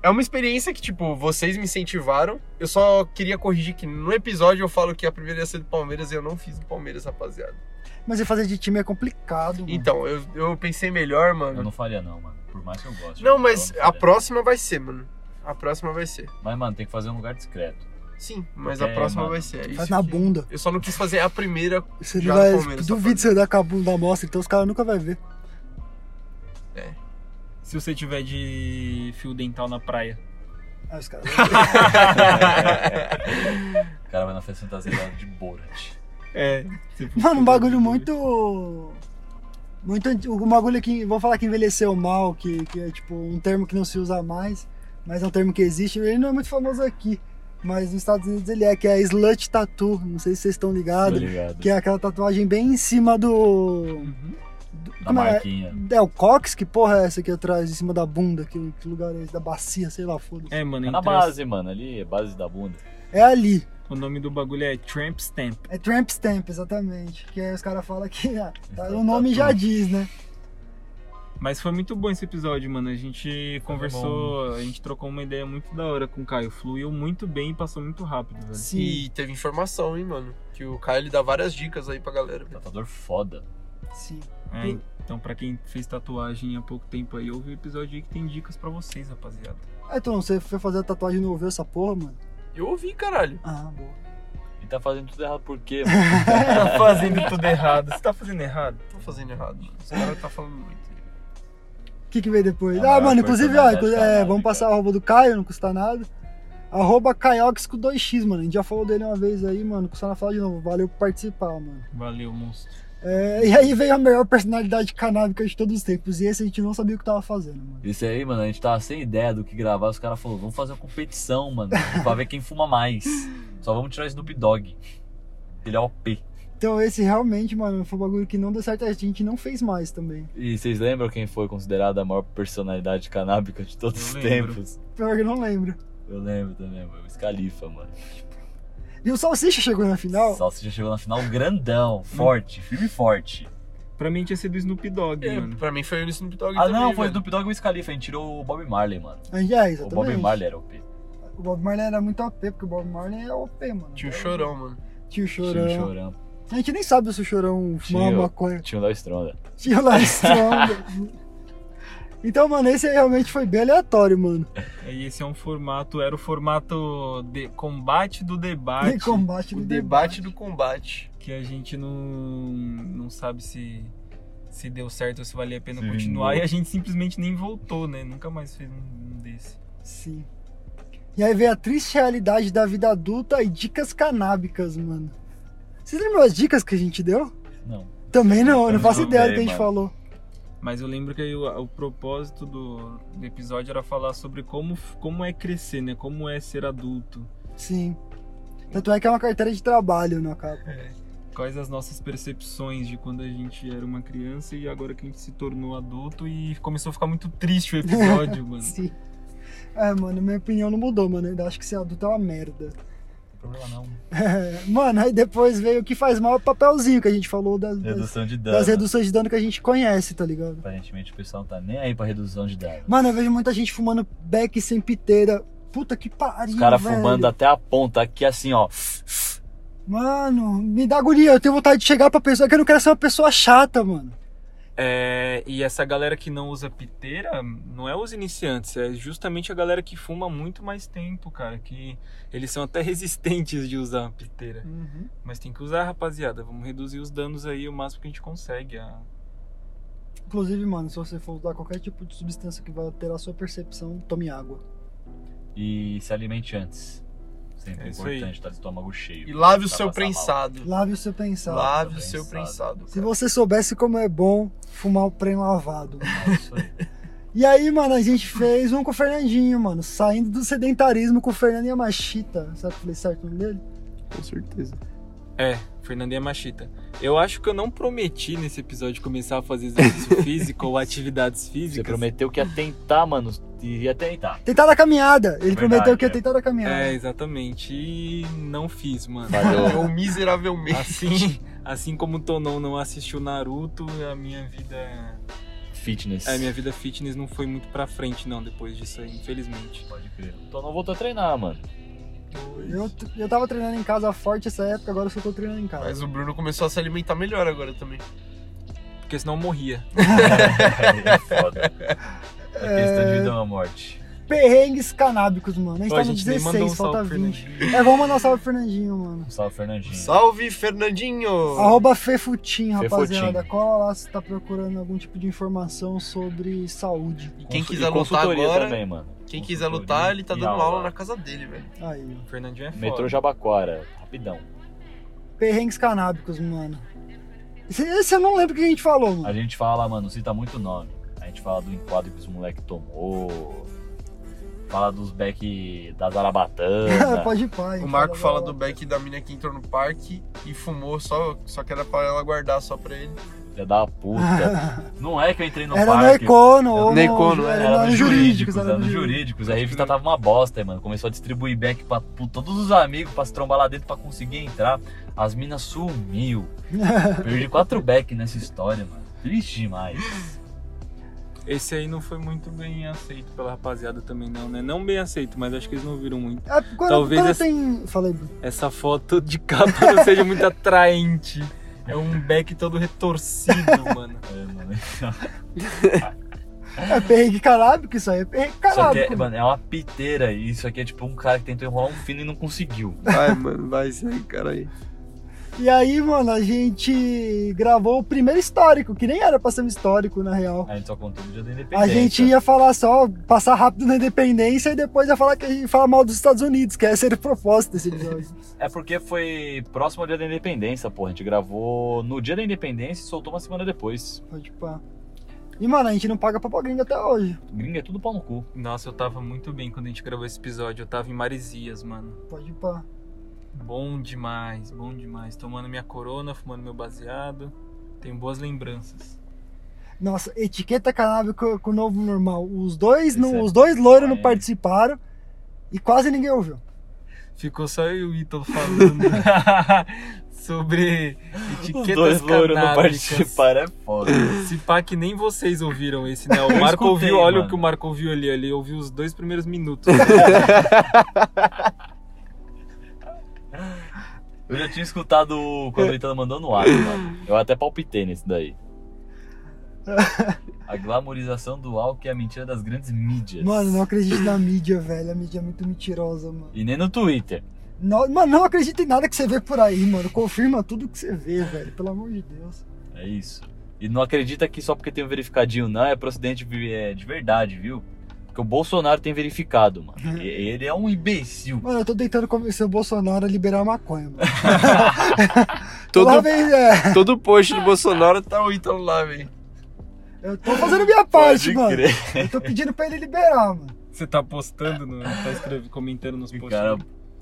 É uma experiência que, tipo, vocês me incentivaram. Eu só queria corrigir que no episódio eu falo que a primeira ia ser do Palmeiras e eu não fiz do Palmeiras, rapaziada. Mas eu fazer de time é complicado. Mano. Então, eu, eu pensei melhor, Eu mano. não faria não, mano. Por mais que eu goste. Não, eu mas faria. a próxima vai ser, mano. A próxima vai ser. Mas, mano, tem que fazer um lugar discreto. Sim, mas Porque, a próxima mano, vai ser. é Faz isso na que- bunda. Eu só não quis fazer a primeira. Você Já não vai, no Palmeiras, duvido safado. você dar com a bunda da mostra, então os caras nunca vão ver. Se você tiver de fio dental na praia. Ah, os caras. O cara vai na festa fantasia de Borat. É. Mano, um bagulho muito. Muito. anti- Um bagulho que. Vou falar que envelheceu mal, que, que é tipo um termo que não se usa mais, mas é um termo que existe. Ele não é muito famoso aqui, mas nos Estados Unidos ele é, que é Slut Tattoo. Não sei se vocês estão ligados. tá ligado. Que é aquela tatuagem bem em cima do. Uhum. do- Na como é? marquinha. É o Cox? Que porra é essa aqui atrás, em cima da bunda? Que, que lugar é esse? Da bacia, sei lá, foda-se. É, mano, É na entre base, mano. Ali é base da bunda. É ali. as- o nome do bagulho é Tramp Stamp. É Tramp Stamp, exatamente. Que aí os caras falam que ah, tá- Então o nome tá já tudo. diz, né? Mas foi muito bom esse episódio, mano. A gente conversou, a gente trocou uma ideia muito da hora com o Caio. Fluiu muito bem e passou muito rápido, velho. Sim. E teve informação, hein, mano. Que o Caio ele dá várias dicas aí pra galera. velho. Tratador tá foda. Sim. É, então, pra quem fez tatuagem há pouco tempo aí, ouve o episódio aí que tem dicas pra vocês, rapaziada. Ah, então você foi fazer a tatuagem e não ouviu essa porra, mano? Eu ouvi, caralho. Ah, boa. E tá fazendo tudo errado por quê, mano? tá fazendo tudo errado. Você tá fazendo errado? Tô fazendo errado. mano. Esse cara tá falando muito. O que, que veio depois? É a ah, maior mano, inclusive, ó, personalidade inclu- da é, nave, vamos cara. passar a arroba do Caio, não custa nada. Arroba Caiox com 2x, mano. A gente já falou dele uma vez aí, mano. Não custa nada falar de novo. Valeu por participar, mano. Valeu, monstro. É, e aí veio a melhor personalidade canábica de todos os tempos. E esse a gente não sabia o que tava fazendo, mano. Isso aí, mano, a gente tava sem ideia do que gravar. Os caras falaram, vamos fazer uma competição, mano. pra ver quem fuma mais. Só vamos tirar o Snoop Dogg. Ele é OP. Então esse realmente, mano, foi um bagulho que não deu certo. A gente não fez mais também. E vocês lembram quem foi considerada a maior personalidade canábica de todos Eu os lembro. tempos? Pior que eu não lembro. Eu lembro também, mano. O Scalifa, mano. E o Salsicha chegou na final. Salsicha chegou na final grandão, forte, firme e forte. Pra mim tinha sido Snoop Dogg, É, mano. pra mim foi o Snoop Dogg Ah, também, não, foi o velho. Snoop Dogg e o Scalifa. A gente tirou o Bob Marley, mano. Ah, É, O exatamente. Bob Marley era OP. O Bob Marley era muito OP, porque o Bob Marley é OP, mano. Tinha o Chorão, mano. Tio Tinha Chorão. o Chorão. A gente nem sabe se o Chorão fumava Tio. maconha. Tinha o Léo Stronda. Tinha lá estronda. Então, mano, esse aí realmente foi bem aleatório, mano. E esse é um formato, era o formato de combate do De debate, combate né? O no debate do combate. que a gente não, não sabe se se deu certo ou se valia a pena Sim. continuar. E a gente simplesmente nem voltou, né? Nunca mais fez um, um desse. Sim. E aí veio a triste realidade da vida adulta e dicas canábicas, mano. Vocês lembram as dicas que a gente deu? Não. Também não, eu não Também faço não ideia do dei, que a gente mano. falou. Mas eu lembro que o, o propósito do, do episódio era falar sobre como, f- como é crescer, né? Como é ser adulto. Sim. Tanto é que é uma carteira de trabalho né, na capa. Quais as nossas percepções de quando a gente era uma criança e agora que a gente se tornou adulto e começou a ficar muito triste o episódio, mano. Sim. É, mano, minha opinião não mudou, mano. Eu ainda acho que ser adulto é uma merda. Não tem problema não. É, mano, aí depois veio o que faz mal é o papelzinho que a gente falou das, das- Redução de dano. das reduções de dano que a gente conhece, tá ligado? Aparentemente o pessoal não tá nem aí pra redução de dano. Mano, eu vejo muita gente fumando beck sem piteira. Puta que pariu, Os caras velho. fumando até a ponta aqui assim, ó. Mano, me dá agonia. Eu tenho vontade de chegar pra pessoa é que eu não quero ser uma pessoa chata, mano. É, e essa galera que não usa piteira não é os iniciantes, é justamente a galera que fuma muito mais tempo, cara. Que eles são até resistentes de usar a piteira. Mas tem que usar, rapaziada. Vamos reduzir os danos aí o máximo que a gente consegue. A- Inclusive, mano, se você for usar qualquer tipo de substância que vai alterar a sua percepção, tome água. E se alimente antes. Você sempre É isso importante estar de estômago cheio. E lave o Pra seu passar mal. prensado. Lave o seu pensado. Lave o Seu seu prensado. prensado. Se você soubesse como é bom fumar o prem lavado. É isso aí. E aí, mano, a gente fez um com o Fernandinho, mano. Saindo do sedentarismo com o Fernando Yamashita. Sabe que eu falei certo o nome dele? Com certeza. É, Fernandinha Machita. Eu acho que eu não prometi nesse episódio começar a fazer exercício físico ou atividades Você físicas. prometeu que ia tentar, mano. Ia tentar. Tentar a caminhada. Ele Verdade, prometeu que ia é. tentar a caminhada. É, exatamente. E não fiz, mano. Falhou. Ou miseravelmente. Assim, assim como o Tonon não assistiu Naruto, a minha vida. é Fitness. É A É, minha vida fitness não foi muito pra frente, não, depois disso aí, infelizmente. Pode crer. Então não voltou a treinar, mano. Eu, eu tava treinando em casa forte essa época, agora eu só tô treinando em casa. Mas o Bruno começou a se alimentar melhor agora também. Porque senão eu morria. é foda. É questão de vida ou morte. Perrengues canábicos, mano. A gente Ó, tá a no gente nem mandou 16, um falta salve pro 20. Fernandinho. É, vamos mandar salve pro Fernandinho, mano. Um salve, Fernandinho. Salve, Fernandinho! Arroba Fefutim, Fefutim. rapaziada. Cola lá se tá procurando algum tipo de informação sobre saúde. E quem Consu- quiser e lutar consultoria agora, também, mano. quem quiser Consultoria lutar, ele tá e dando aula na casa dele, velho. Aí, ó. O Fernandinho é foda. Metrô Jabaquara. Rapidão. Perrengues canábicos, mano. Esse, esse eu não lembro o que a gente falou, A mano. gente fala, mano, cita muito nome. A gente fala do enquadro que os moleque tomou. Fala dos back das arabatanas. Pode ir, pai. O Marco fala do Beck da mina que entrou no parque e fumou, só, só que era pra ela guardar só pra ele. Filha da puta. Não é que eu entrei no Era no parque. Econo. ou No Econo, era, é, era nos no Jurídicos. era nos jurídicos. A revista tava uma bosta, mano. Começou a distribuir back pra, pra todos os amigos pra se trombar lá dentro pra conseguir entrar. As minas sumiu. Perdi quatro back nessa história, mano. Triste demais. Esse aí não foi muito bem aceito pela rapaziada também, não, né? Não bem aceito, mas acho que eles não viram muito. É, quando, Talvez quando essa- tem... Falei, Bruno. Essa foto de capa não seja muito atraente. É um back todo retorcido, mano. É, mano. É perrengue canábico isso aí. É perrengue Isso aqui é, canábico. mano, é uma piteira. E isso aqui é tipo um cara que tentou enrolar um fino e não conseguiu. Vai, mano, vai, sai, cara aí. E aí, mano, a gente gravou o primeiro histórico, que nem era pra ser um histórico, na real. A gente só contou no dia da independência. A gente ia falar só, passar rápido na independência e depois ia falar que a gente fala mal dos Estados Unidos, que esse era o propósito desse episódio. É porque foi próximo ao dia da independência, porra. A gente gravou no dia da independência e soltou uma semana depois. Pode pá. E, mano, a gente não paga papo gringo até hoje. Gringa é tudo pau no cu. Nossa, eu tava muito bem quando a gente gravou esse episódio. Eu tava em Maresias, mano. Pode pá. Bom demais, bom demais. Tomando minha corona, fumando meu baseado. Tenho boas lembranças. Nossa, etiqueta canábica com o novo normal. Os dois, não- Esse é- os dois loiros é. não participaram e quase ninguém ouviu. Ficou só eu e o Ítalo falando sobre Os etiquetas dois loiros não canábicas. participaram, é foda. Se pá que nem vocês ouviram esse, né? O Marco escutei, ouviu, olha mano. o que o Marco ouviu ali, ele ouviu os dois primeiros minutos. Eu já tinha escutado quando ele tava mandando ar, mano. Eu até palpitei nesse daí. A glamorização do álcool é a mentira das grandes mídias. Mano, não acredito na mídia, velho. A mídia é muito mentirosa, mano. E nem no Twitter. Não, mano, não acredita em nada que você vê por aí, mano. Confirma tudo que você vê, velho. Pelo amor de Deus. É isso. E não acredita que só porque tem um verificadinho não é procedente vi- é, de verdade, viu? Porque o Bolsonaro tem verificado, mano. E- Ele é um imbecil. Mano, eu tô tentando convencer o Bolsonaro a liberar a maconha, mano. Toda Todo, vez, é. todo post do Bolsonaro tá o Ítalo lá, velho. Eu tô fazendo minha parte, Pode mano. crer. Eu tô pedindo pra ele liberar, mano. Você tá postando, no, tá escrevendo, comentando nos posts. Cara,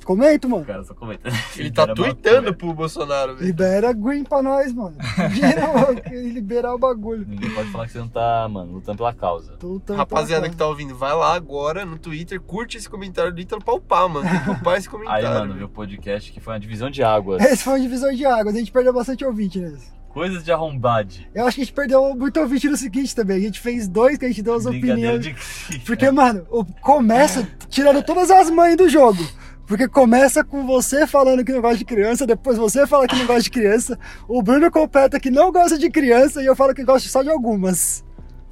Comenta, o mano. cara é né? só comenta. Ele tá Era uma tweetando coisa. pro Bolsonaro, velho. Libera green pra nós, mano. Dinheiro, mano, que ele liberar o bagulho. Ninguém pode falar que você não tá, mano, lutando pela causa. Tô lutando Rapaziada pra que tá ouvindo, vai lá agora no Twitter, curte esse comentário do Ítalo pra upar, mano. Tem que upar esse Aí, comentário. mano, velho. meu podcast que foi uma divisão de águas. Esse foi um divisor de águas, a gente perdeu bastante ouvinte nesse. Coisas de arrombade. Eu acho que a gente perdeu muito ouvinte no seguinte também. A gente fez dois que a gente deu as Brincadeira opiniões. de cria. Porque, mano, o- começa tirando todas as mães do jogo. Porque começa com você falando que não gosta de criança, depois você fala que não gosta de criança, o Bruno completa que não gosta de criança e eu falo que gosto só de algumas.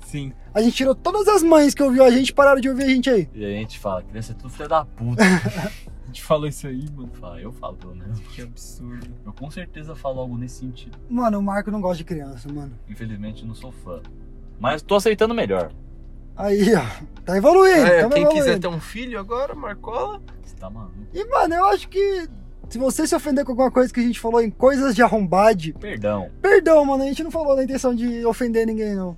Sim. A gente tirou todas as mães que ouviu a gente e pararam de ouvir a gente aí. E aí a gente fala, criança é tudo filha da puta. A gente falou isso aí, mano. Fala, eu falo, pelo menos. Que absurdo. Eu com certeza falo algo nesse sentido. Mano, o Marco não gosta de criança, mano. Infelizmente, eu não sou fã. Mas tô aceitando melhor. Aí, ó. Tá evoluindo. É, tamo quem quiser um- evoluindo. ter um filho agora, Marcola. Você tá maluco. E, mano, eu acho que se você se ofender com alguma coisa que a gente falou em coisas de arrombade, Perdão. perdão, mano, a gente não falou na intenção de ofender ninguém, não.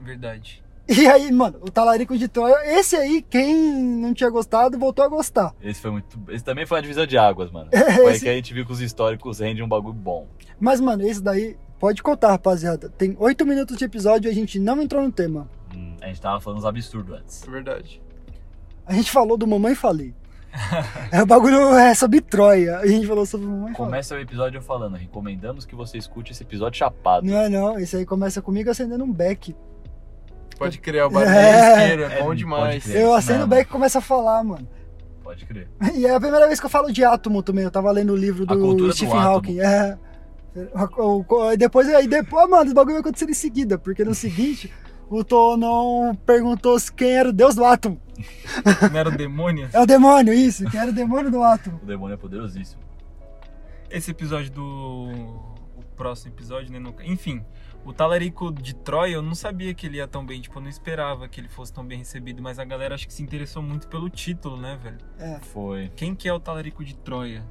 Verdade. E aí, mano, o Talarico de Troia, esse aí, quem não tinha gostado, voltou a gostar. Esse foi muito. Esse também foi uma divisão de águas, mano. Foi aí Esse- que a gente viu que os históricos rendem um bagulho bom. Mas, mano, esse daí, pode contar, rapaziada. Tem oito minutos de episódio e a gente não entrou no tema. Hum, a gente tava falando uns absurdos antes. É verdade. A gente falou do Mamãe Falei. é, o bagulho é sobre Troia. A gente falou sobre Mamãe Falei. Começa o episódio falando, recomendamos que você escute esse episódio chapado. Não é não, esse aí começa comigo acendendo um beck. Pode criar o barulho É. isqueiro, é, É, bom pode demais. crer. Eu isso acendo o mesmo. beck e começo a falar, mano. Pode crer. E é a primeira vez que eu falo de átomo também. Eu tava lendo o livro A cultura do do Stephen átomo. Hawking. É. O- o- o- Depois, aí depois, ah, mano, o bagulho vai acontecer em seguida, porque no seguinte, o Tonon perguntou se quem era o deus do átomo. Não era o demônio? É o demônio, isso, quem era o demônio do átomo. O demônio é poderosíssimo. Esse episódio do. O próximo episódio, né? nunca- Enfim, o Talarico de Troia, eu não sabia que ele ia tão bem. Tipo, eu não esperava que ele fosse tão bem recebido. Mas a galera acho que se interessou muito pelo título, né, velho? Foi. Quem que é o Talarico de Troia?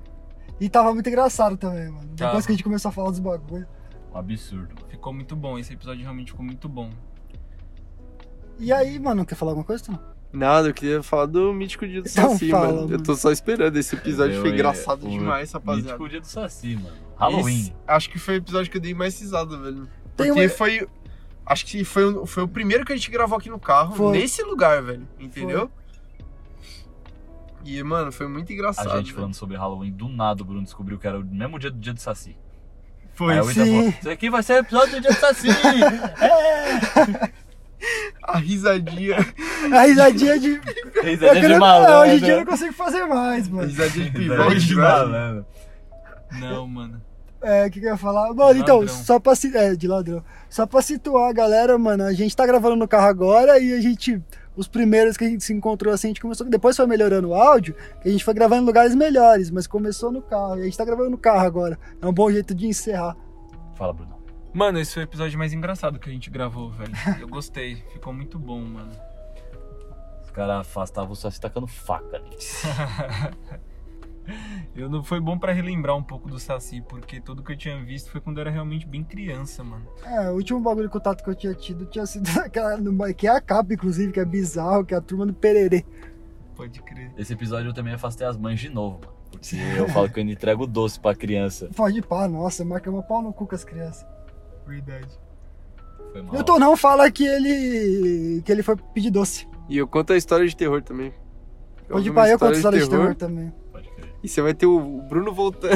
E tava muito engraçado também, mano. Depois Tava. que a gente começou a falar dos bagulhos. Um absurdo, mano. Ficou muito bom. Esse episódio realmente ficou muito bom. E aí, mano, quer falar alguma coisa? Tom? Nada, eu queria falar do Mítico Dia do Então Saci, fala, mano. Eu mano. tô só esperando. Esse episódio Eu foi e- engraçado tipo o demais, rapaziada. Mítico dia do Saci, mano. Halloween. Esse- acho que foi o episódio que eu dei mais risada, velho. Tem Porque uma- foi. Acho que foi, o- foi o primeiro que a gente gravou aqui no carro, Foi. nesse lugar, velho. Entendeu? E, mano, foi muito A engraçado. gente velho. falando sobre Halloween, do nada o Bruno descobriu que era o mesmo dia do dia do Saci. Foi. Aí o Ita sim. falou, isso aqui vai ser o episódio do dia do Saci! A risadinha. A risadinha de. Isso Eu é dia de quero... não, hoje em dia eu não malandro. consigo fazer mais, a mano. risadinha de tá Isso é dia pivete, de velho. malandro. Não, mano. É, o que, que eu ia falar? Mano, De então, ladrão. só pra, si- é, de ladrão. só pra situar a galera, mano, a gente tá gravando no carro agora e a gente. Os primeiros que a gente se encontrou assim, a gente começou. Depois foi melhorando o áudio, que a gente foi gravando em lugares melhores, mas começou no carro. E a gente tá gravando no carro agora. É um bom jeito de encerrar. Fala, Bruno. Mano, esse foi o episódio mais engraçado que a gente gravou, velho. Eu gostei. Ficou muito bom, mano. Os caras afastavam o Saci tacando faca né? ali. Eu não foi bom pra relembrar um pouco do Saci, porque tudo que eu tinha visto foi quando eu era realmente bem criança, mano. É, o último bagulho de contato que eu tinha tido tinha sido aquela. numa- Que é a capa, inclusive, que é bizarro, que é a turma do Pererê. Pode crer. Esse episódio eu também afastei as mães de novo, mano. Porque eu falo que eu ainda entrego doce pra criança. Pode pá, nossa, marca uma pau no cu com as crianças. Verdade. Foi mal. E o Tonão fala que ele. que ele foi pedir doce. E eu conto a história de terror também. Pode uma pá, eu conto história de terror também. Pode crer. E você vai ter o Bruno voltando.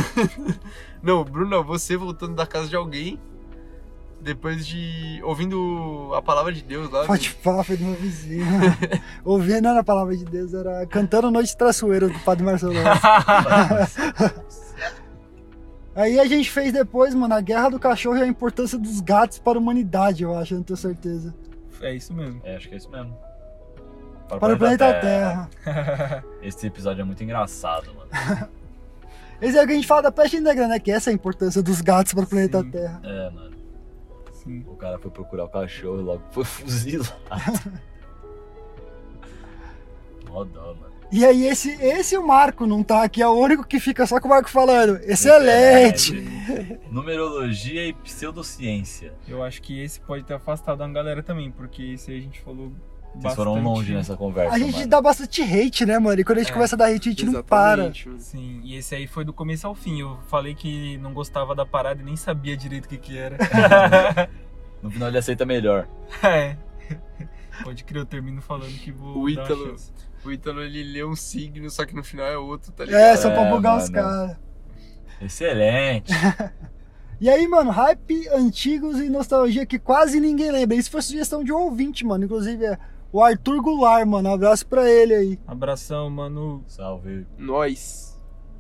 não, Bruno, não, você voltando da casa de alguém. Depois de. ouvindo a palavra de Deus lá. né? Pode falar, foi do meu vizinho. Ouvir não era a palavra de Deus, era cantando Noite Traçoeira do Padre Marcelo. Aí a gente fez depois, mano, a guerra do cachorro e a importância dos gatos para a humanidade, eu acho, eu não tenho certeza. É isso mesmo. É, acho que é isso mesmo. Para o planeta Terra. Esse episódio é muito engraçado, mano. Esse é o que a gente fala da peste negra, né? Que essa é a importância dos gatos para o planeta Sim. Terra. É, mano. Sim. O cara foi procurar o cachorro e logo foi fuzilado. Mó dó, mano. E aí esse, esse o Marco não tá aqui, é o único que fica só com o Marco falando. Excelente! Excelente. né? Numerologia e pseudociência. Eu acho que esse pode ter afastado uma galera também, porque esse aí a gente falou Vocês bastante. foram longe né? nessa conversa. A gente mano. dá bastante hate, né, mano? E quando a gente É, começa a dar hate, a gente não para. Sim, e esse aí foi do começo ao fim. Eu falei que não gostava da parada e nem sabia direito o que que era. No final ele aceita melhor. é. Pode crer, eu termino falando que vou O dar uma Ítalo. chance. O Ítalo, ele lê um signo, só que no final é outro, tá ligado? É, só pra É, bugar os mano. caras. Excelente. E aí, mano, hype antigos e nostalgia que quase ninguém lembra. Isso foi sugestão de um ouvinte, mano. Inclusive, é o Arthur Goulart, mano. Abraço pra ele aí. Abração, mano. Salve. Nós.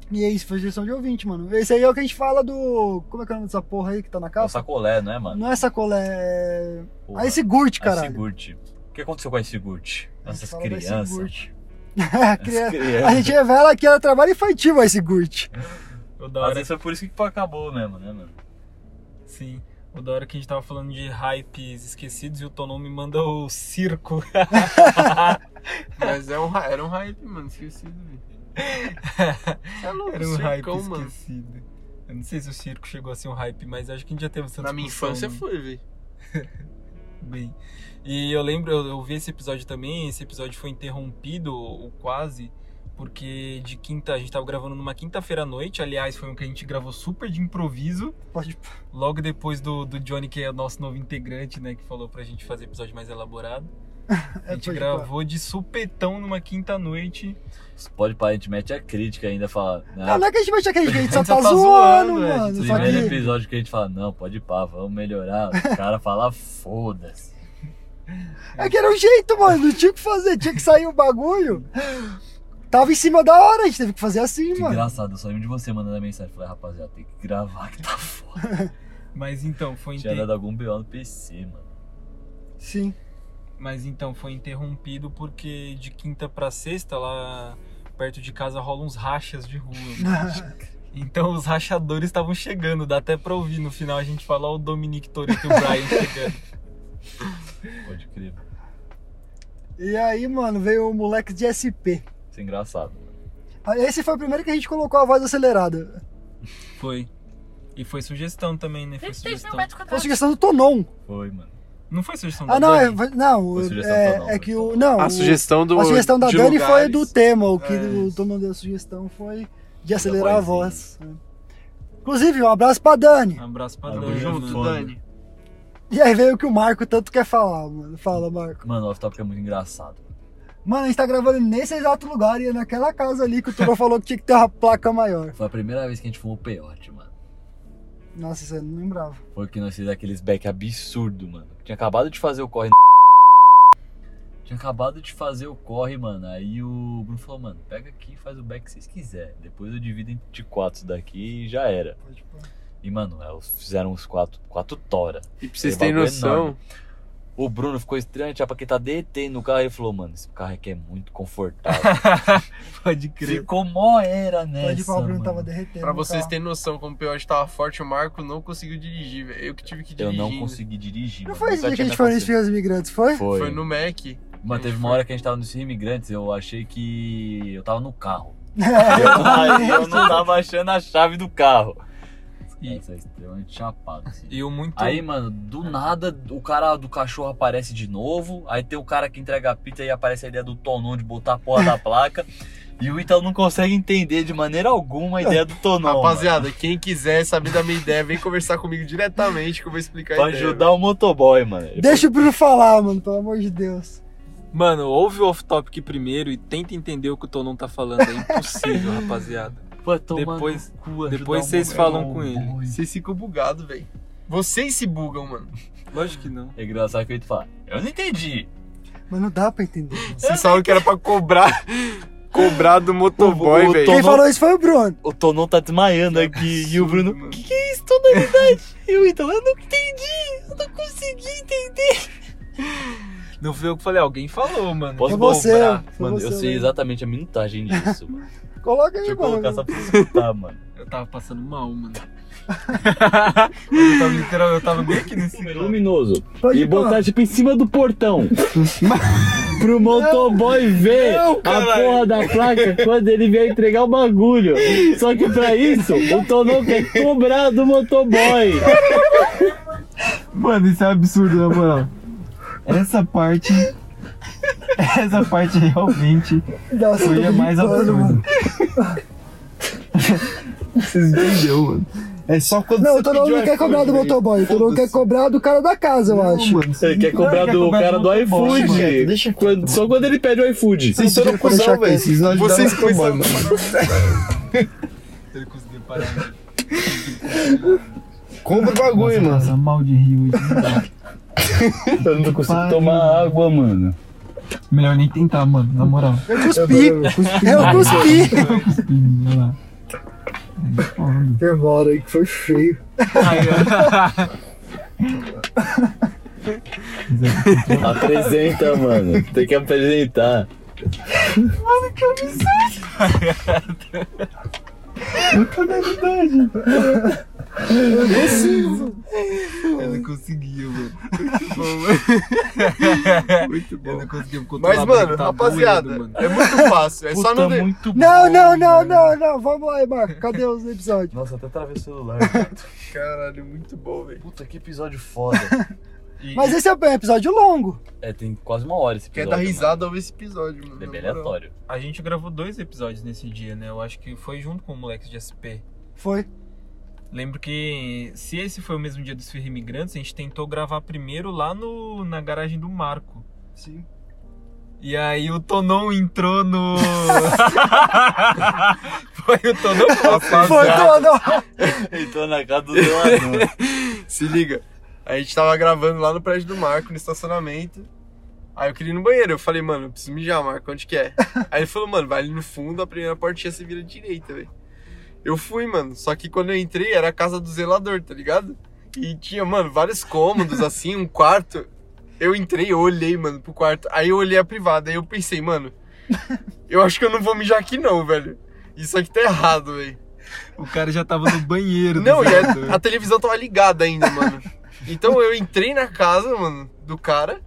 E é isso, foi sugestão de ouvinte, mano. Esse aí é o que a gente fala do. Como é que é o nome dessa porra aí que tá na É o capa? sacolé, não é, mano? Não é sacolé. É. Porra. Ah, esse Gurt, Aí caralho. Sigurd. O que aconteceu com a Sigurd? A gente Essas fala desse crianças. Gurt. É, a criança- Essas A crianças. gente revela que era trabalho infantil esse Gurt. Eu da Às hora. vezes foi por isso que acabou mesmo, né, mano? Sim. O da hora que a gente tava falando de hypes esquecidos e o Tonon me manda o circo. Mas é um, ra- era um hype, mano. Esqueci do vídeo. Você é louco, Era um circão, hype mano. esquecido. Eu não sei se o circo chegou a ser um hype, mas acho que a gente já teve essa Na minha discussão, infância né? foi, velho. Bem, e eu lembro, eu, eu vi esse episódio também, esse episódio foi interrompido, ou quase, porque de quinta, a gente tava gravando numa quinta-feira à noite, aliás, foi um que a gente gravou super de improviso, Pode... logo depois do, do Johnny, que é o nosso novo integrante, né, que falou pra gente fazer episódio mais elaborado. A gente pode gravou de supetão numa quinta-noite. Pode parar, a gente mete a crítica ainda, fala. Não, Não, não é que a gente mete aquele jeito, só Só tá tá zoando, zoando, é, mano. gente, Só primeiro que episódio que a gente fala, não, pode pá, vamos melhorar. O cara fala, foda-se. é que era o jeito, mano. Não tinha o que fazer, tinha que sair o bagulho. Tava em cima da hora, a gente teve que fazer assim, Que mano. engraçado, eu só lembro de você mandando a mensagem. Falei, rapaziada, tem que gravar que tá foda. Mas então, foi Tinha inter... dado algum BO no PC, mano. Sim. Mas então foi interrompido porque de quinta pra sexta lá perto de casa rolam uns rachas de rua. né? então os rachadores estavam chegando, dá até pra ouvir no final a gente falar o Dominique Toretto e o Brian chegando. Pode crer. mano. E aí, mano, veio o moleque de SP. Isso é engraçado. Aí Esse foi o primeiro que a gente colocou a voz acelerada. Foi. E foi sugestão também, né? Foi sugestão. Foi sugestão do Tonon. Foi, mano. Não foi sugestão Ah, da não, é, Dani? foi- não, Foi sugestão do Tonon, né? é, é foi que do o. Tonon. Não, A o- sugestão do. a sugestão da de Dani foi lugares. do tema, o que É. o Tonon deu a sugestão foi de acelerar a voz. né. vozinha. Inclusive, um abraço pra Dani. Um abraço pra Tamo Dani. Junto, mano. Dani. E aí veio o que o Marco tanto quer falar, mano. Fala, Marco. Mano, o off-topic é muito engraçado. Mano, a gente tá gravando nesse exato lugar e é naquela casa ali que o Tonon falou que tinha que ter uma placa maior. Foi a primeira vez que a gente fumou peiote, mano. Nossa, isso eu não lembrava. Foi que nós fizemos aqueles back absurdo, mano. Tinha acabado de fazer o corre. Tinha acabado de fazer o corre, mano. Aí o Bruno falou, mano, pega aqui e faz o back que vocês quiserem. Depois eu divido entre quatro isso daqui e já era. Pode pôr. E, mano, eles fizeram uns quatro, quatro tora. E pra vocês É, terem bagulho noção, enorme. O Bruno ficou estranho, tinha pra quem tá detendo no carro. Ele falou, mano, esse carro aqui é muito confortável. Pode crer. Ficou mó era nessa, Pode pôr, o Bruno mano. tava derretendo. pra no vocês carro. terem noção como o Piote tava forte, o Marco não conseguiu dirigir, velho. Eu que tive que Eu dirigir. não ainda. consegui dirigir, Não mano. foi esse Nunca dia que a tinha gente foi nos acontecido. filhos imigrantes, foi? Foi. Foi no Mac. Mano, teve uma hora que a gente tava nos imigrantes, eu achei que eu tava no carro. É. Eu, aí eu não tava achando a chave do carro. E- Isso é extremamente chapado. assim. E eu muito. Aí, mano, do nada o cara do cachorro aparece de novo. Aí tem o cara que entrega a pizza e aparece a ideia do Tonon de botar a porra da placa. E o Ítalo não consegue entender de maneira alguma a ideia do Tonon. Rapaziada, quem quiser saber da minha ideia, vem conversar comigo diretamente que eu vou explicar a mano, é, pra ideia. ajudar o motoboy, mano. Ele Deixa o Bruno falar, mano, pelo amor de Deus. Mano, ouve o off-topic primeiro e tenta entender o que o Tonon tá falando. É impossível, rapaziada. falou, "Pô, tomar no depois- cu, ajudar depois o vocês falam com motoboy." ele. Vocês ficam bugados, velho. Vocês se bugam, mano. Lógico que não. É engraçado que o Ítalo fala, eu não entendi. Mas não dá pra entender. mano. Vocês falaram que era pra cobrar. cobrar do motoboy, O- o velho. Tom- Quem não- falou isso foi o Bruno. O Tonon tá desmaiando aqui. E o Bruno, mano. que que é isso, tonalidade? E o Ítalo, eu não entendi. Eu não consegui entender. Não foi eu que falei, alguém falou, mano. Posso É você, dobrar? foi Mano, eu você, sei né? exatamente a minutagem disso, mano. Coloca aí, Deixa eu mano. colocar só pra você escutar, mano. Eu tava passando mal, mano. eu tava literal, eu tava bem aqui nesse Luminoso. Pode E pôr. botar tipo em cima do portão. Pro motoboy ver a porra da placa quando ele vier entregar o bagulho. Só que pra isso, o Tonão quer cobrar do motoboy. Mano, isso é um absurdo, na moral. Essa parte. Essa parte realmente Nossa, eu tô gritando, mano. Vocês entenderam, mano. É só quando Não, o Tonon não quer cobrar do motoboy, o Tonon quer cobrar do cara da casa, eu acho. Ele quer cobrar quer do cobrar cara do do motoboy, iFood. mano. Deixa quieto. Quando- só quando ele pede o iFood. Vocês são um cuzão, velho, vocês não ajudaram Vocês o motoboy, coisa- Ele conseguiu parar. né? Compra o bagulho, mano. mal de rio. Eu não consigo Pai, tomar mano. água, mano. Melhor nem tentar, mano, na moral. Eu cuspi, É, eu cuspi. Olha lá. Demora aí que foi feio. Apresenta, mano. Tem que apresentar. Eu não consegui, mano. Muito bom, mano. Muito Eu bom. não consegui me controlar. Mas, porque mano, tá rapaziada, doendo, mano. é muito fácil. É só não. de- muito Não, bom, não, não, mano. não, não. Vamos lá, Marco. Cadê os episódios? Nossa, até travei o celular. Caralho, muito bom, velho. Puta, que episódio foda. E- Mas esse é um episódio longo. É, tem quase uma hora esse Quer episódio. dar mano. risada ao ver esse episódio, mano. É bem na moral. aleatório. A gente gravou dois episódios nesse dia, né? Eu acho que foi junto com o Moleques de SP. Foi. Lembro que se esse foi o mesmo dia dos Firre Imigrantes, a gente tentou gravar primeiro lá no, na garagem do Marco. Sim. E aí o Tonon entrou no. foi o Tonon Rapaziada, Foi, não, não. Então na casa do Zeladão. Se liga. A gente tava gravando lá no prédio do Marco, no estacionamento. Aí eu queria ir no banheiro. Eu falei, mano, eu preciso mijar, Marco, onde que é? Aí ele falou, mano, vai ali no fundo, a primeira portinha você vira direita, velho. Eu fui, mano. Só que quando eu entrei, era a casa do zelador, tá ligado? E tinha, mano, vários cômodos, assim, um quarto. Eu entrei, eu olhei, mano, pro quarto. Aí eu olhei a privada. Aí eu pensei, mano, eu acho que eu não vou mijar aqui não, velho. Isso aqui tá errado, velho. O cara já tava no banheiro. Não, e é... a, a televisão tava ligada ainda, mano. Então eu entrei na casa, mano, do cara.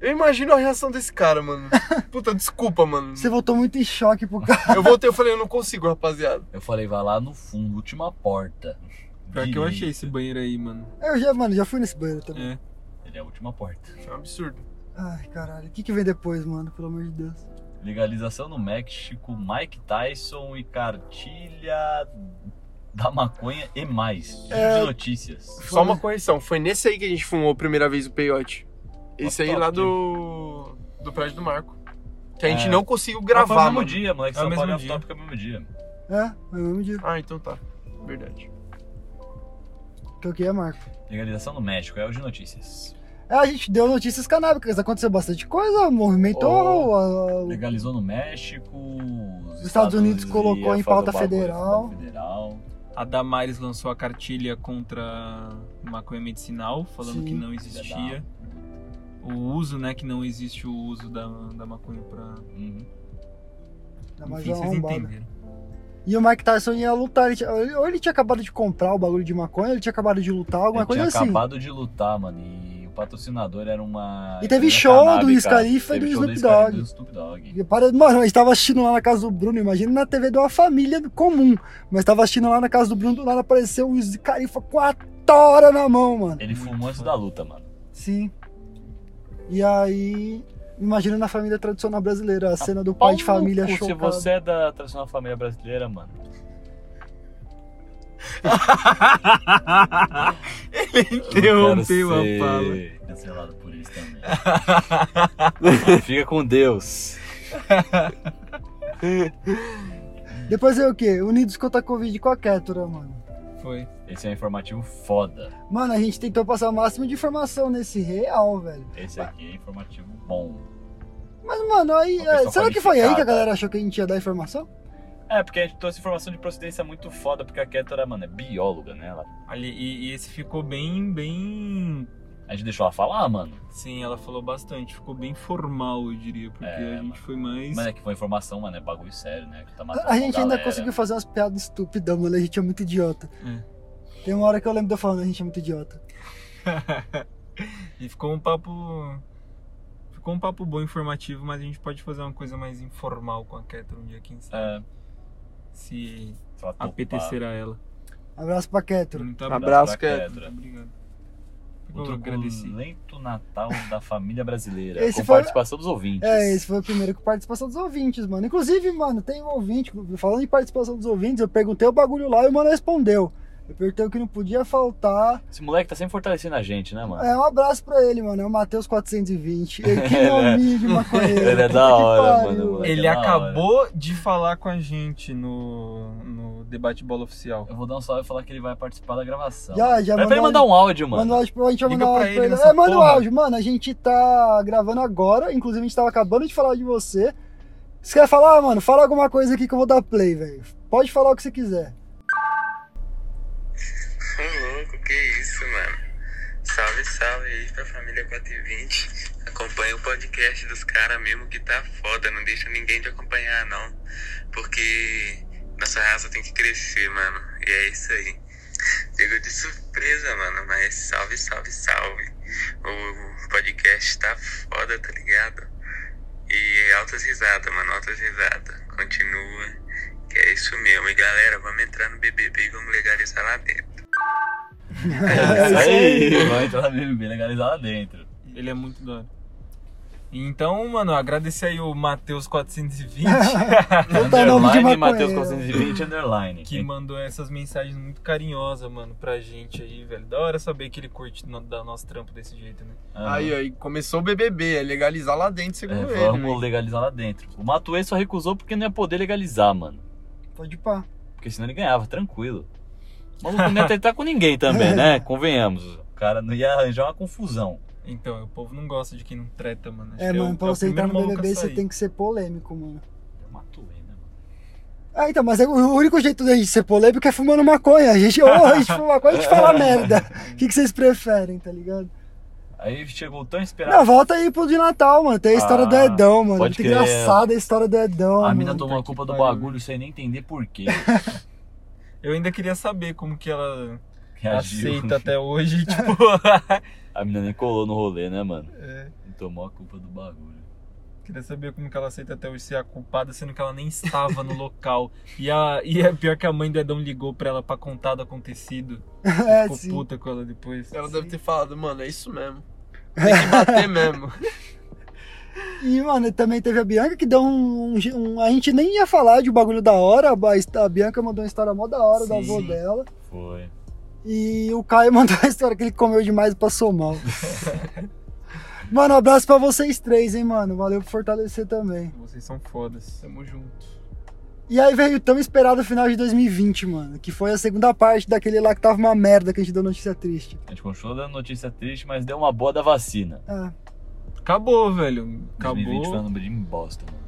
Eu imagino a reação desse cara, mano. Puta, desculpa, mano. Você voltou muito em choque pro cara. Eu voltei, eu falei, eu não consigo, rapaziada. Eu falei, vai lá no fundo, última porta. Pior que eu Direito. achei esse banheiro aí, mano. Eu já, mano, já fui nesse banheiro também. É. Ele é a última porta. É um absurdo. Ai, caralho. O que, que vem depois, mano? Pelo amor de Deus. Legalização no México, Mike Tyson e cartilha da maconha e mais. Giro É. de notícias. Só uma correção, foi nesse aí que a gente fumou a primeira vez o peiote. Esse aí lá do. do prédio do Marco. Que a gente É. não conseguiu Mas foi gravar, o mesmo mano. dia, moleque. É o São Paulo mesmo é dia. tópico é o mesmo dia. É, foi o mesmo dia. Ah, então tá. Verdade. Que o que é, Marco? Legalização no México, é o de notícias. É, a gente deu notícias canábicas. Aconteceu bastante coisa. Movimentou. Oh, a- a- Legalizou no México. Os Estados Unidos colocou ia em fazer o pauta bagulho, federal. pauta federal. A Damares lançou a cartilha contra maconha medicinal, falando Sim. que não existia. O uso, né? Que não existe o uso da, da maconha pra. Uhum. Dá É mais Enfim, uma vocês arrombada. entenderam. E o Mike Tyson ia lutar. Ele tinha, ou ele tinha acabado de comprar o bagulho de maconha, ele tinha acabado de lutar, alguma Ele coisa tinha assim. acabado de lutar, mano. E o patrocinador era uma. E teve era show do canábica. Wiz Khalifa e Teve do show Snoop Wiz Khalifa e Dogg. do Snoop Dogg. E para- Mano, a gente tava assistindo lá na casa do Bruno, imagina na TV de uma família comum. Mas tava assistindo lá na casa do Bruno, do nada apareceu o Wiz Khalifa com a tora na mão, mano. Ele fumou antes da luta, mano. Sim. E aí, imagina na família tradicional brasileira, a cena do pai de Tá Pau no família cu, Se chocado. você é da tradicional família brasileira, mano. Interrompeu a fala. Cancelado por isso também. Fica com Deus. Depois é o quê? Unidos contra a Covid com a Ketura, mano. Foi. Esse é um informativo foda. Mano, a gente tentou passar o máximo de informação nesse real, velho. Esse aqui é informativo bom. Mas, mano, aí. Uma pessoa é, será que foi aí que a qualificada. galera achou que a gente ia dar informação? É, porque a gente trouxe informação de procedência muito foda, porque a Ketora, mano, é bióloga, né? Ela- Ali, e, e esse ficou bem, bem. A gente deixou ela falar, mano. Sim, ela falou bastante. Ficou bem formal, eu diria. Porque É, a gente mano. foi mais. Mas é que foi informação, mano, é bagulho sério, né? Que tá matando A, a gente uma ainda galera. conseguiu fazer umas piadas estúpidas, mano. A gente é muito idiota. É. Tem uma hora que eu lembro de eu falando, a gente é muito idiota. E ficou um papo. Ficou um papo bom, informativo, mas a gente pode fazer uma coisa mais informal com a Ketra um dia, quem sabe. É, se Se ela topar. apetecerá ela. Abraço pra Hum, Ketro. Muito Abraço, pra Ketra. Muito obrigado. Ficou O agradecido. truculento Natal da família brasileira. Esse com foi- participação dos ouvintes. É, esse foi o primeiro com participação dos ouvintes, mano. Inclusive, mano, tem um ouvinte, falando em participação dos ouvintes, eu perguntei o bagulho lá e o mano respondeu. Eu perguntei o que não podia faltar. Esse moleque tá sempre fortalecendo a gente, né, mano? É, um abraço pra ele, mano. É o Matheus 420. Ele que não humilde, maconheiro. Ele é da Puta que hora, pariu. mano, moleque. Ele Daquela é hora. acabou de falar com a gente no, no debate bola oficial. Eu vou dar um salve e falar que ele vai participar da gravação. Já, já Vai pra ele mandar um áudio, mano. Manda um áudio pra, a gente vai Liga mandar um pra áudio pra ele ele. nessa É, manda um porra. áudio, mano. A gente tá gravando agora. Inclusive, a gente tava acabando de falar de você. Você quer falar, mano? Fala alguma coisa aqui que eu vou dar play, velho. Pode falar o que você quiser. Ô louco, que isso, mano. Salve, salve aí pra família 420. Acompanha o podcast dos caras mesmo que tá foda, não deixa ninguém te acompanhar não. Porque nossa raça tem que crescer, mano. E é isso aí. Pegou de surpresa, mano, mas salve, salve, salve. O podcast tá foda, tá ligado? E altas risadas, mano, altas risadas. Continua, que é isso mesmo. E galera, vamos entrar no BBB e vamos legalizar lá dentro. um- É isso aí. Vai entrar na BBB legalizar lá dentro. Ele é muito da hora. Então, mano, agradecer aí o Matheus420 Puta nome Tá de Underline, Matheus maconheiro. 420, underline. que mandou essas mensagens muito carinhosas, mano, pra gente aí, velho. Da hora saber que ele curte no, da nosso trampo desse jeito, né? Ah, Aí, aí, começou o BBB, é legalizar lá dentro, é, segundo ele. né? vamos velho. legalizar lá dentro. O Matuê só recusou porque não ia poder legalizar, mano. Pode pá. Porque senão ele ganhava, tranquilo. O maluco não ia tentar com ninguém também, né? Convenhamos. O cara não ia arranjar uma confusão. Então, o povo não gosta de quem não treta, mano. Acho É, que o- mano, pra o você entrar primeiro no maluco a BBB, você sair. tem que ser polêmico, mano. É o Matuê, né, mano? Ah, então, mas é- o único jeito da gente ser polêmico é fumando maconha. A gente, ou a gente fuma maconha, a gente fala merda. O que, que vocês preferem, tá ligado? Aí chegou o tão Não, esperado. volta aí pro de Natal, mano. Tem a história do Ah, Edão, mano. pode Muito crer. engraçada a história do Edão, a mano. mina tomou a Puta que culpa do pariu. bagulho sem nem entender porquê. Eu ainda queria saber como que ela Reagiu. né? aceita até hoje, tipo... A mina nem colou no rolê, né, mano? É. E tomou a culpa do bagulho. Queria saber como que ela aceita até hoje ser a culpada, sendo que ela nem estava no local. E, a, e é pior que a mãe do Edão ligou pra ela pra contar do acontecido. É, Ficou sim. puta com ela depois. Ela deve ter falado, mano, é isso mesmo. Tem que bater mesmo. E, mano, também teve a Bianca que deu um, um- um- A gente nem ia falar de um bagulho da hora. A, a Bianca mandou uma história mó da hora da Sim. avó dela. Foi. E o Caio mandou a história que ele comeu demais e passou mal. mano, um abraço pra vocês três, hein, mano. Valeu por fortalecer também. Vocês são fodas. Tamo junto. E aí veio o tão esperado final de 2020, mano. Que foi a segunda parte daquele lá que tava uma merda que a gente deu notícia triste. A gente continuou dando notícia triste, mas deu uma boa da vacina. Ah, Acabou, velho. 2020 foi um Acabou. número de bosta, mano.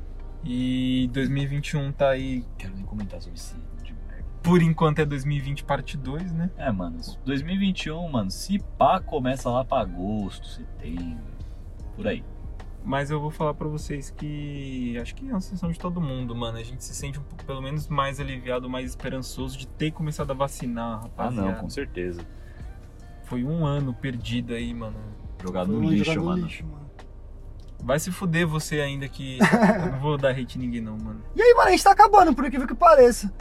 E 2021 tá aí. Quero nem comentar sobre esse ano de merda. Por enquanto é 2020 parte 2, né? É, mano, 2021, mano, se pá, começa lá pra agosto, setembro, por aí. Mas eu vou falar pra vocês que acho que é uma sensação de todo mundo, mano. A gente se sente um pouco, pelo menos, mais aliviado, mais esperançoso de ter começado a vacinar, Ah, rapaziada. não, com certeza. Foi um ano perdido aí, mano. Jogar foi Tá no um longe lixo, jogar no mano. lixo, mano. Vai se fuder você ainda que. eu não vou dar hate em ninguém, não, mano. E aí, mano, a gente tá acabando, por incrível que pareça.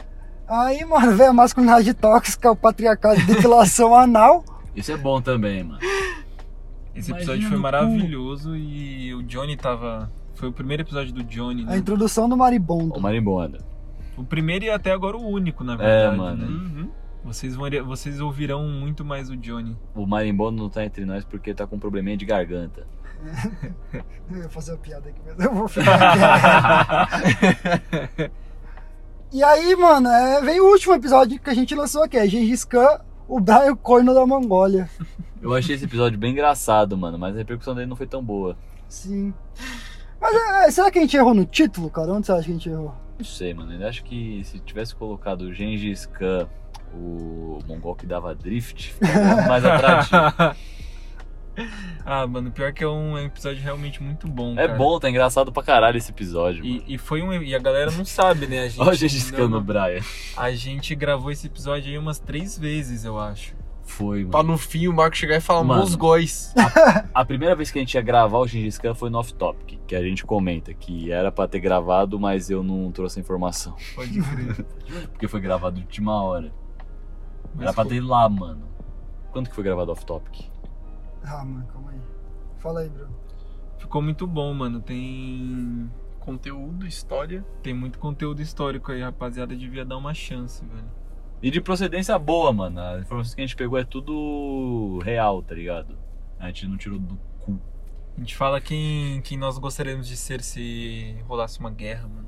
Aí, mano, veio a masculinidade tóxica, o patriarcado de depilação anal. Isso é bom também, mano. Esse Imagina episódio foi no cu. maravilhoso e o Johnny tava. Foi o primeiro episódio do Johnny, A né? introdução do maribondo. Ô, Marimbonda. O primeiro e até agora o único, na verdade. É, mano. né? Vocês, vão, vocês ouvirão muito mais o Johnny. O Marimbondo não tá entre nós porque tá com um probleminha de garganta. Eu ia fazer uma piada aqui, mas eu vou ficar. e aí, mano, é, veio o último episódio que a gente lançou, que é Gengis Khan, o Brian Corno da Mongólia. Eu achei esse episódio bem engraçado, mano, mas a repercussão dele não foi tão boa. Sim. Mas é, será que a gente errou no título, cara? Onde você acha que a gente errou? Não sei, mano. Eu acho que se tivesse colocado o Gengis Khan, o mongol que dava drift, ficava mais atrativo. ah, mano, pior que é um episódio realmente muito bom. É cara. bom, tá engraçado pra caralho esse episódio, mano. E, e foi um. E a galera não sabe, né? A gente, Olha o Gengis Khan no não- Brian. a gente gravou esse episódio aí umas três vezes, eu acho. Foi, mano. pra no fim o Marco chegar e falar, Mano. meus góis. A primeira vez que a gente ia gravar o Gengis Khan foi no Off Topic, que a gente comenta que era pra ter gravado, mas eu não trouxe a informação. Pode crer. Porque foi gravado de última hora. Mas Era pra pô, ter ido lá, mano. Quanto que foi gravado Off Topic? Ah, mano, calma aí. Fala aí, Bruno. Ficou muito bom, mano. Tem. Conteúdo, história. Tem muito conteúdo histórico aí, rapaziada. Devia dar uma chance, velho. E de procedência boa, mano. As informações que a gente pegou é tudo real, tá ligado? A gente não tirou do cu. A gente fala quem, quem nós gostaríamos de ser se rolasse uma guerra, mano.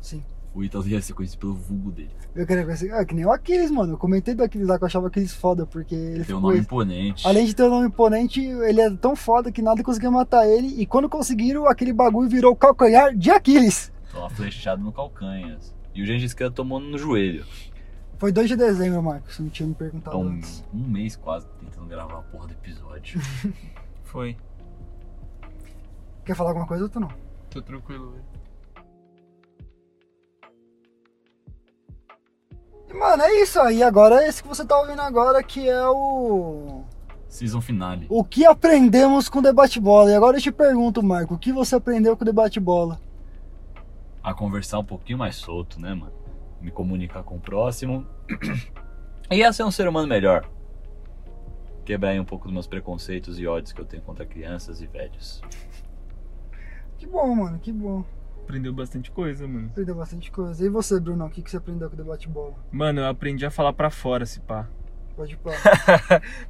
Sim. O Ítalo ia ser conhecido pelo vulgo dele. Eu queria conhecer. Ah, que nem o Aquiles, mano. Eu comentei do Aquiles lá que eu achava o Aquiles foda, porque ele Ele tem um ficou. nome imponente. Além de ter um nome imponente, ele é tão foda que nada conseguia matar ele. E quando conseguiram, aquele bagulho virou o calcanhar de Aquiles. Tomou uma flechada no calcanhas. E o Gengis Khan tomou no joelho. Foi 2 de dezembro, Marcos. Não tinha me perguntado Tá um, antes. um mês quase tentando gravar a porra do episódio. Foi. Quer falar alguma coisa ou tu não? Tô tranquilo, velho. E, mano, é isso aí. Agora é esse que você tá ouvindo agora, que é o. Season finale. O que aprendemos com o debate bola? E agora eu te pergunto, Marco, o que você aprendeu com o debate bola? a conversar um pouquinho mais solto, né, mano? Me comunicar com o próximo. e a ser um ser humano melhor. Quebrar aí um pouco dos meus preconceitos e ódios que eu tenho contra crianças e velhos. Que bom, mano, que bom. Aprendeu bastante coisa, mano. Aprendeu bastante coisa. E você, Bruno, o que, que você aprendeu com o debate bola? Mano, eu aprendi a falar pra fora, se pá. Pode pá.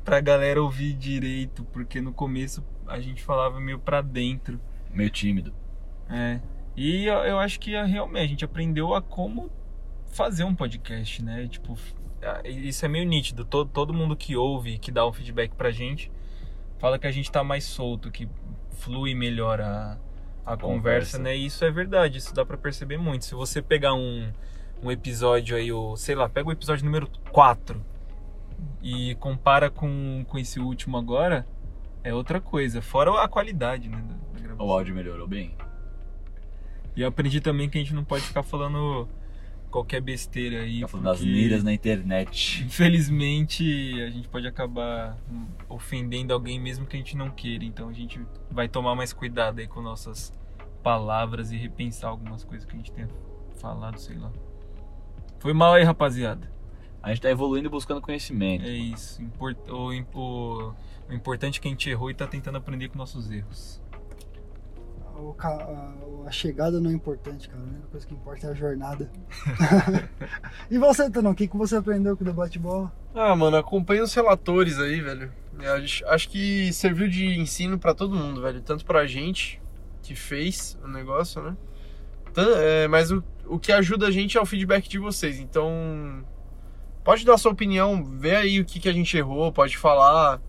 pra galera ouvir direito, porque no começo a gente falava meio pra dentro. Meio tímido. É. E eu, eu acho que a- realmente a gente aprendeu a como fazer um podcast, né? Tipo, a- isso é meio nítido. Todo, todo mundo que ouve, que dá um feedback pra gente, fala que a gente tá mais solto, que flui melhor a, a Conversa. conversa, né? E isso é verdade, isso dá pra perceber muito. Se você pegar um, um episódio aí, o, sei lá, pega o episódio número 4 e compara com, com esse último agora, é outra coisa. Fora a qualidade, né? da- da gravação. O áudio melhorou bem. E eu aprendi também que a gente não pode ficar falando qualquer besteira aí. Tá falando das porque, neiras na internet. Infelizmente, a gente pode acabar hum, ofendendo alguém mesmo que a gente não queira. Então a gente vai tomar mais cuidado aí com nossas palavras e repensar algumas coisas que a gente tenha falado, sei lá. Foi mal aí, rapaziada. A gente tá evoluindo e buscando conhecimento. É isso. Import- O, im- o- o importante é que a gente errou e tá tentando aprender com nossos erros. O ca- a- a chegada não é importante, cara. A única coisa que importa é a jornada. e você, Tonão, o que, que você aprendeu com o debate bola? Ah, mano, acompanha os relatores aí, velho. Eu acho- acho que serviu de ensino pra todo mundo, velho. Tanto pra gente, que fez o negócio, né? Tan- é, mas o, o que ajuda a gente é o feedback de vocês. Então, pode dar sua opinião, vê aí o que, que a gente errou, pode falar.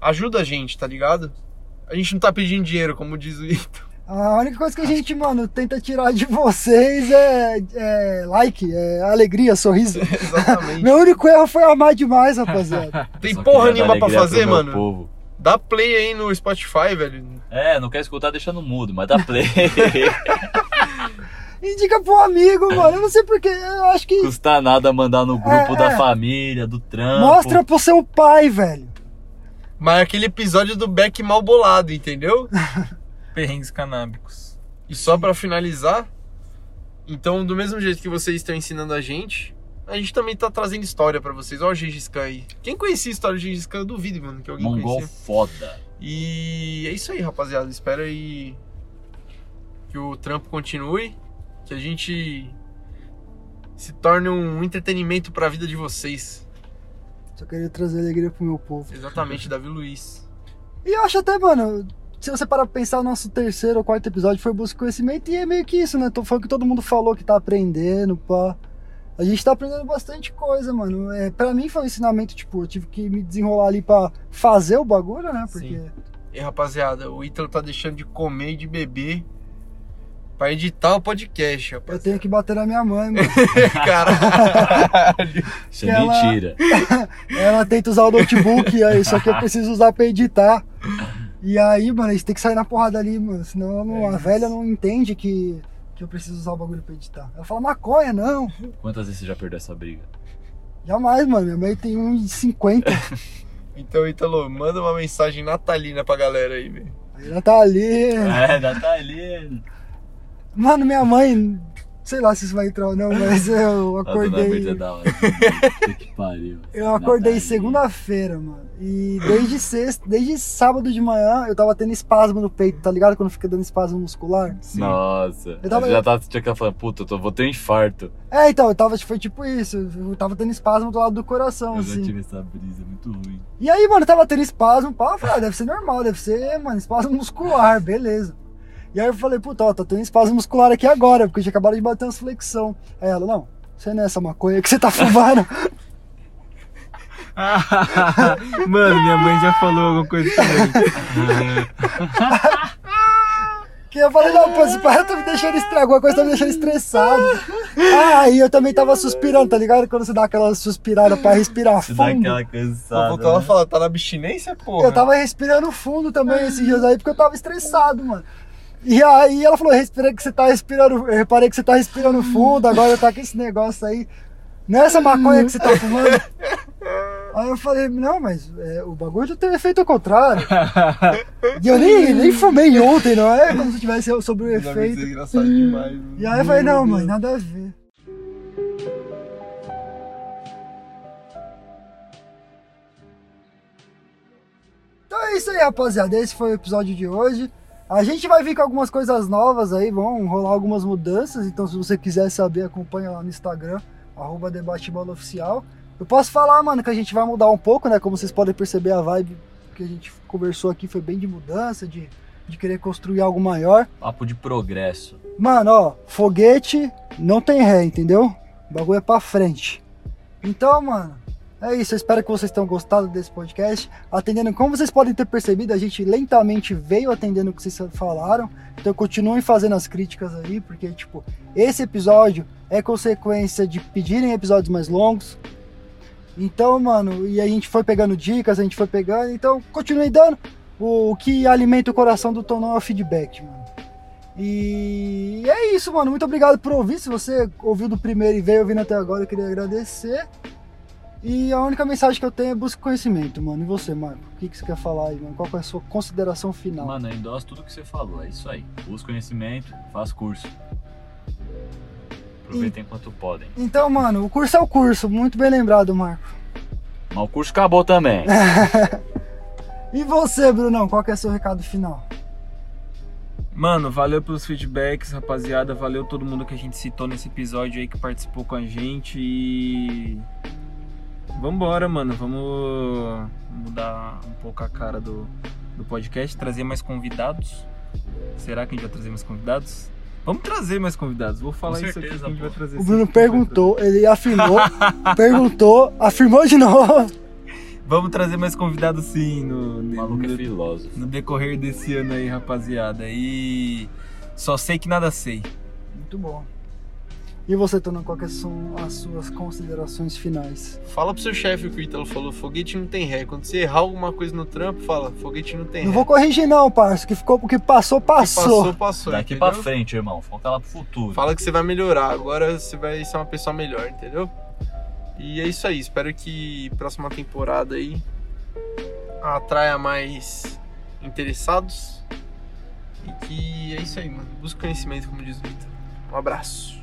Ajuda a gente, tá ligado? A gente não tá pedindo dinheiro, como diz o Ito. A única coisa que a gente, mano, tenta tirar de vocês é, é like, é alegria, sorriso. Exatamente. Meu único erro foi amar demais, rapaziada. Tem Só porra queria dar nenhuma pra alegria pro fazer, meu mano. povo. Dá play aí no Spotify, velho. É, não quer escutar, deixa no mudo, mas dá play. Indica pro amigo, mano. Eu não sei porquê. Eu acho que Custa nada mandar no grupo É, da é. família, do trampo. mostra pro seu pai, velho. Mas é aquele episódio do Beck mal bolado, entendeu? Perrengues canábicos. E só pra finalizar, então do mesmo jeito que vocês estão ensinando a gente, a gente também tá trazendo história pra vocês. Ó o Gengis Khan aí. Quem conhecia a história do Gengis Khan? Eu duvido, mano, que alguém Mongol conhecia. foda. E é isso aí, rapaziada. Espero aí que o trampo continue, que a gente se torne um entretenimento pra vida de vocês. Só queria trazer alegria pro meu povo. Exatamente, Davi Luiz. E eu acho até, mano, se você parar pra pensar, o nosso terceiro ou quarto episódio foi busca de conhecimento e é meio que isso, né? Tô- Foi o que todo mundo falou que tá aprendendo, pá. A gente tá aprendendo bastante coisa, mano. É, pra mim foi um ensinamento, tipo, eu tive que me desenrolar ali pra fazer o bagulho, né? Porque E rapaziada, o Ítalo tá deixando de comer e de beber pra editar o podcast, eu rapaz. tenho que bater na minha mãe, mano. Caralho. Isso é Ela- mentira. Ela tenta usar o notebook, aí, só que eu preciso usar pra editar. E aí, mano, a gente tem que sair na porrada ali, mano. Senão ela não- a velha não entende que, que eu preciso usar o bagulho pra editar. Ela fala, maconha, não. Quantas vezes você já perdeu essa briga? Jamais, mano. Minha mãe tem 1,50. Então, Ítalo, manda uma mensagem natalina pra galera aí, velho. Aí ela tá ali. É, Natalina. Mano, minha mãe. Sei lá se isso vai entrar ou não, mas eu A dona acordei. Berta é da hora. Puta que pariu. Eu acordei Natalina. segunda-feira, mano. E desde sexta, desde sábado de manhã, eu tava tendo espasmo no peito, tá ligado? Quando fica dando espasmo muscular. Nossa. Eu tava- Você já tá tinha que falando, puta, eu tô- vou ter um infarto. É, então, eu tava, foi tipo isso. Eu tava tendo espasmo do lado do coração, eu já assim. tive essa brisa, é muito ruim. E aí, mano, eu tava tendo espasmo, pá, eu falei, ah, deve ser normal, deve ser, mano, espasmo muscular, beleza. E aí eu falei, puta, ó, tô tendo espasmo muscular aqui agora, porque já acabaram de bater umas flexão. Aí ela, não, você não é essa maconha que você tá fumando. Mano, minha mãe já falou alguma coisa também. que eu falei, não, pô, esse pai tá me deixando estragou, alguma coisa tá me deixando estressado. Ah, e eu também tava suspirando, tá ligado? Quando você dá aquela suspirada pra respirar Você dá fundo. aquela cansada. voltar lá né? falar, tá na abstinência, porra? Eu tava respirando fundo também esses dias aí, porque eu tava estressado, mano. E aí ela falou, respira que você tá respirando. Eu reparei que você tá respirando fundo, agora tá com esse negócio aí. Não é essa maconha que você tá fumando? Aí eu falei, não, mas é, o bagulho tem efeito ao contrário. E eu nem, nem fumei ontem, não é como se tivesse sobre o efeito. é engraçado demais. E aí eu falei, não, mãe, nada a ver. Então é isso aí, rapaziada. Esse foi o episódio de hoje. A gente vai vir com algumas coisas novas aí, vão rolar algumas mudanças. Então, se você quiser saber, acompanha lá no Instagram, arroba debatebola oficial. Eu posso falar, mano, que a gente vai mudar um pouco, né? Como vocês podem perceber, a vibe que a gente conversou aqui foi bem de mudança, de, de querer construir algo maior. Papo de progresso. Mano, ó, foguete não tem ré, entendeu? O bagulho é pra frente. Então, mano, é isso. Eu espero que vocês tenham gostado desse podcast. Atendendo, como vocês podem ter percebido, a gente lentamente veio atendendo o que vocês falaram. Então continuem fazendo as críticas aí, porque, tipo, esse episódio é consequência de pedirem episódios mais longos. Então, mano, e a gente foi pegando dicas, a gente foi pegando. Então, continuem dando. O, o que alimenta o coração do Tonão é o feedback, mano. E é isso, mano. Muito obrigado por ouvir. Se você ouviu do primeiro e veio ouvindo até agora, eu queria agradecer. E a única mensagem que eu tenho é busque conhecimento, mano. E você, Marco? O que, que você quer falar aí, mano? Qual que é a sua consideração final? Mano, eu endosso tudo que você falou. É isso aí. Busca conhecimento, faz curso. Aproveitem enquanto podem. Então, mano, o curso é o curso. Muito bem lembrado, Marco. Mas o curso acabou também. E você, Brunão? Qual que é o seu recado final? Mano, valeu pelos feedbacks, rapaziada. Valeu todo mundo que a gente citou nesse episódio aí que participou com a gente e. Vambora, mano. Vamos mudar um pouco a cara do, do podcast, trazer mais convidados. Será que a gente vai trazer mais convidados? Vamos trazer mais convidados. Vou falar Com isso aqui que certeza, a gente vai pô. trazer. O sim, Bruno que a gente vai perguntou, ele afirmou, perguntou, afirmou de novo. trazer. Vamos trazer mais convidados sim no, O maluco é no- filósofo. no decorrer desse ano aí, rapaziada. E só sei que nada sei. Muito bom. E você, Tonão, qual que são as suas considerações finais? Fala pro seu chefe o que o Italo falou, foguete não tem ré. Quando você errar alguma coisa no trampo, fala, foguete não tem Não ré. vou corrigir não, parça. O que ficou, É. o que passou, passou. Passou, passou. Daqui entendeu? pra frente, irmão. Foca lá pro futuro. Fala que você vai melhorar, agora você vai ser uma pessoa melhor, entendeu? E é isso aí, espero que próxima temporada aí atraia mais interessados. E que é isso aí, mano. Busca conhecimento, como diz o Vitor. Um abraço.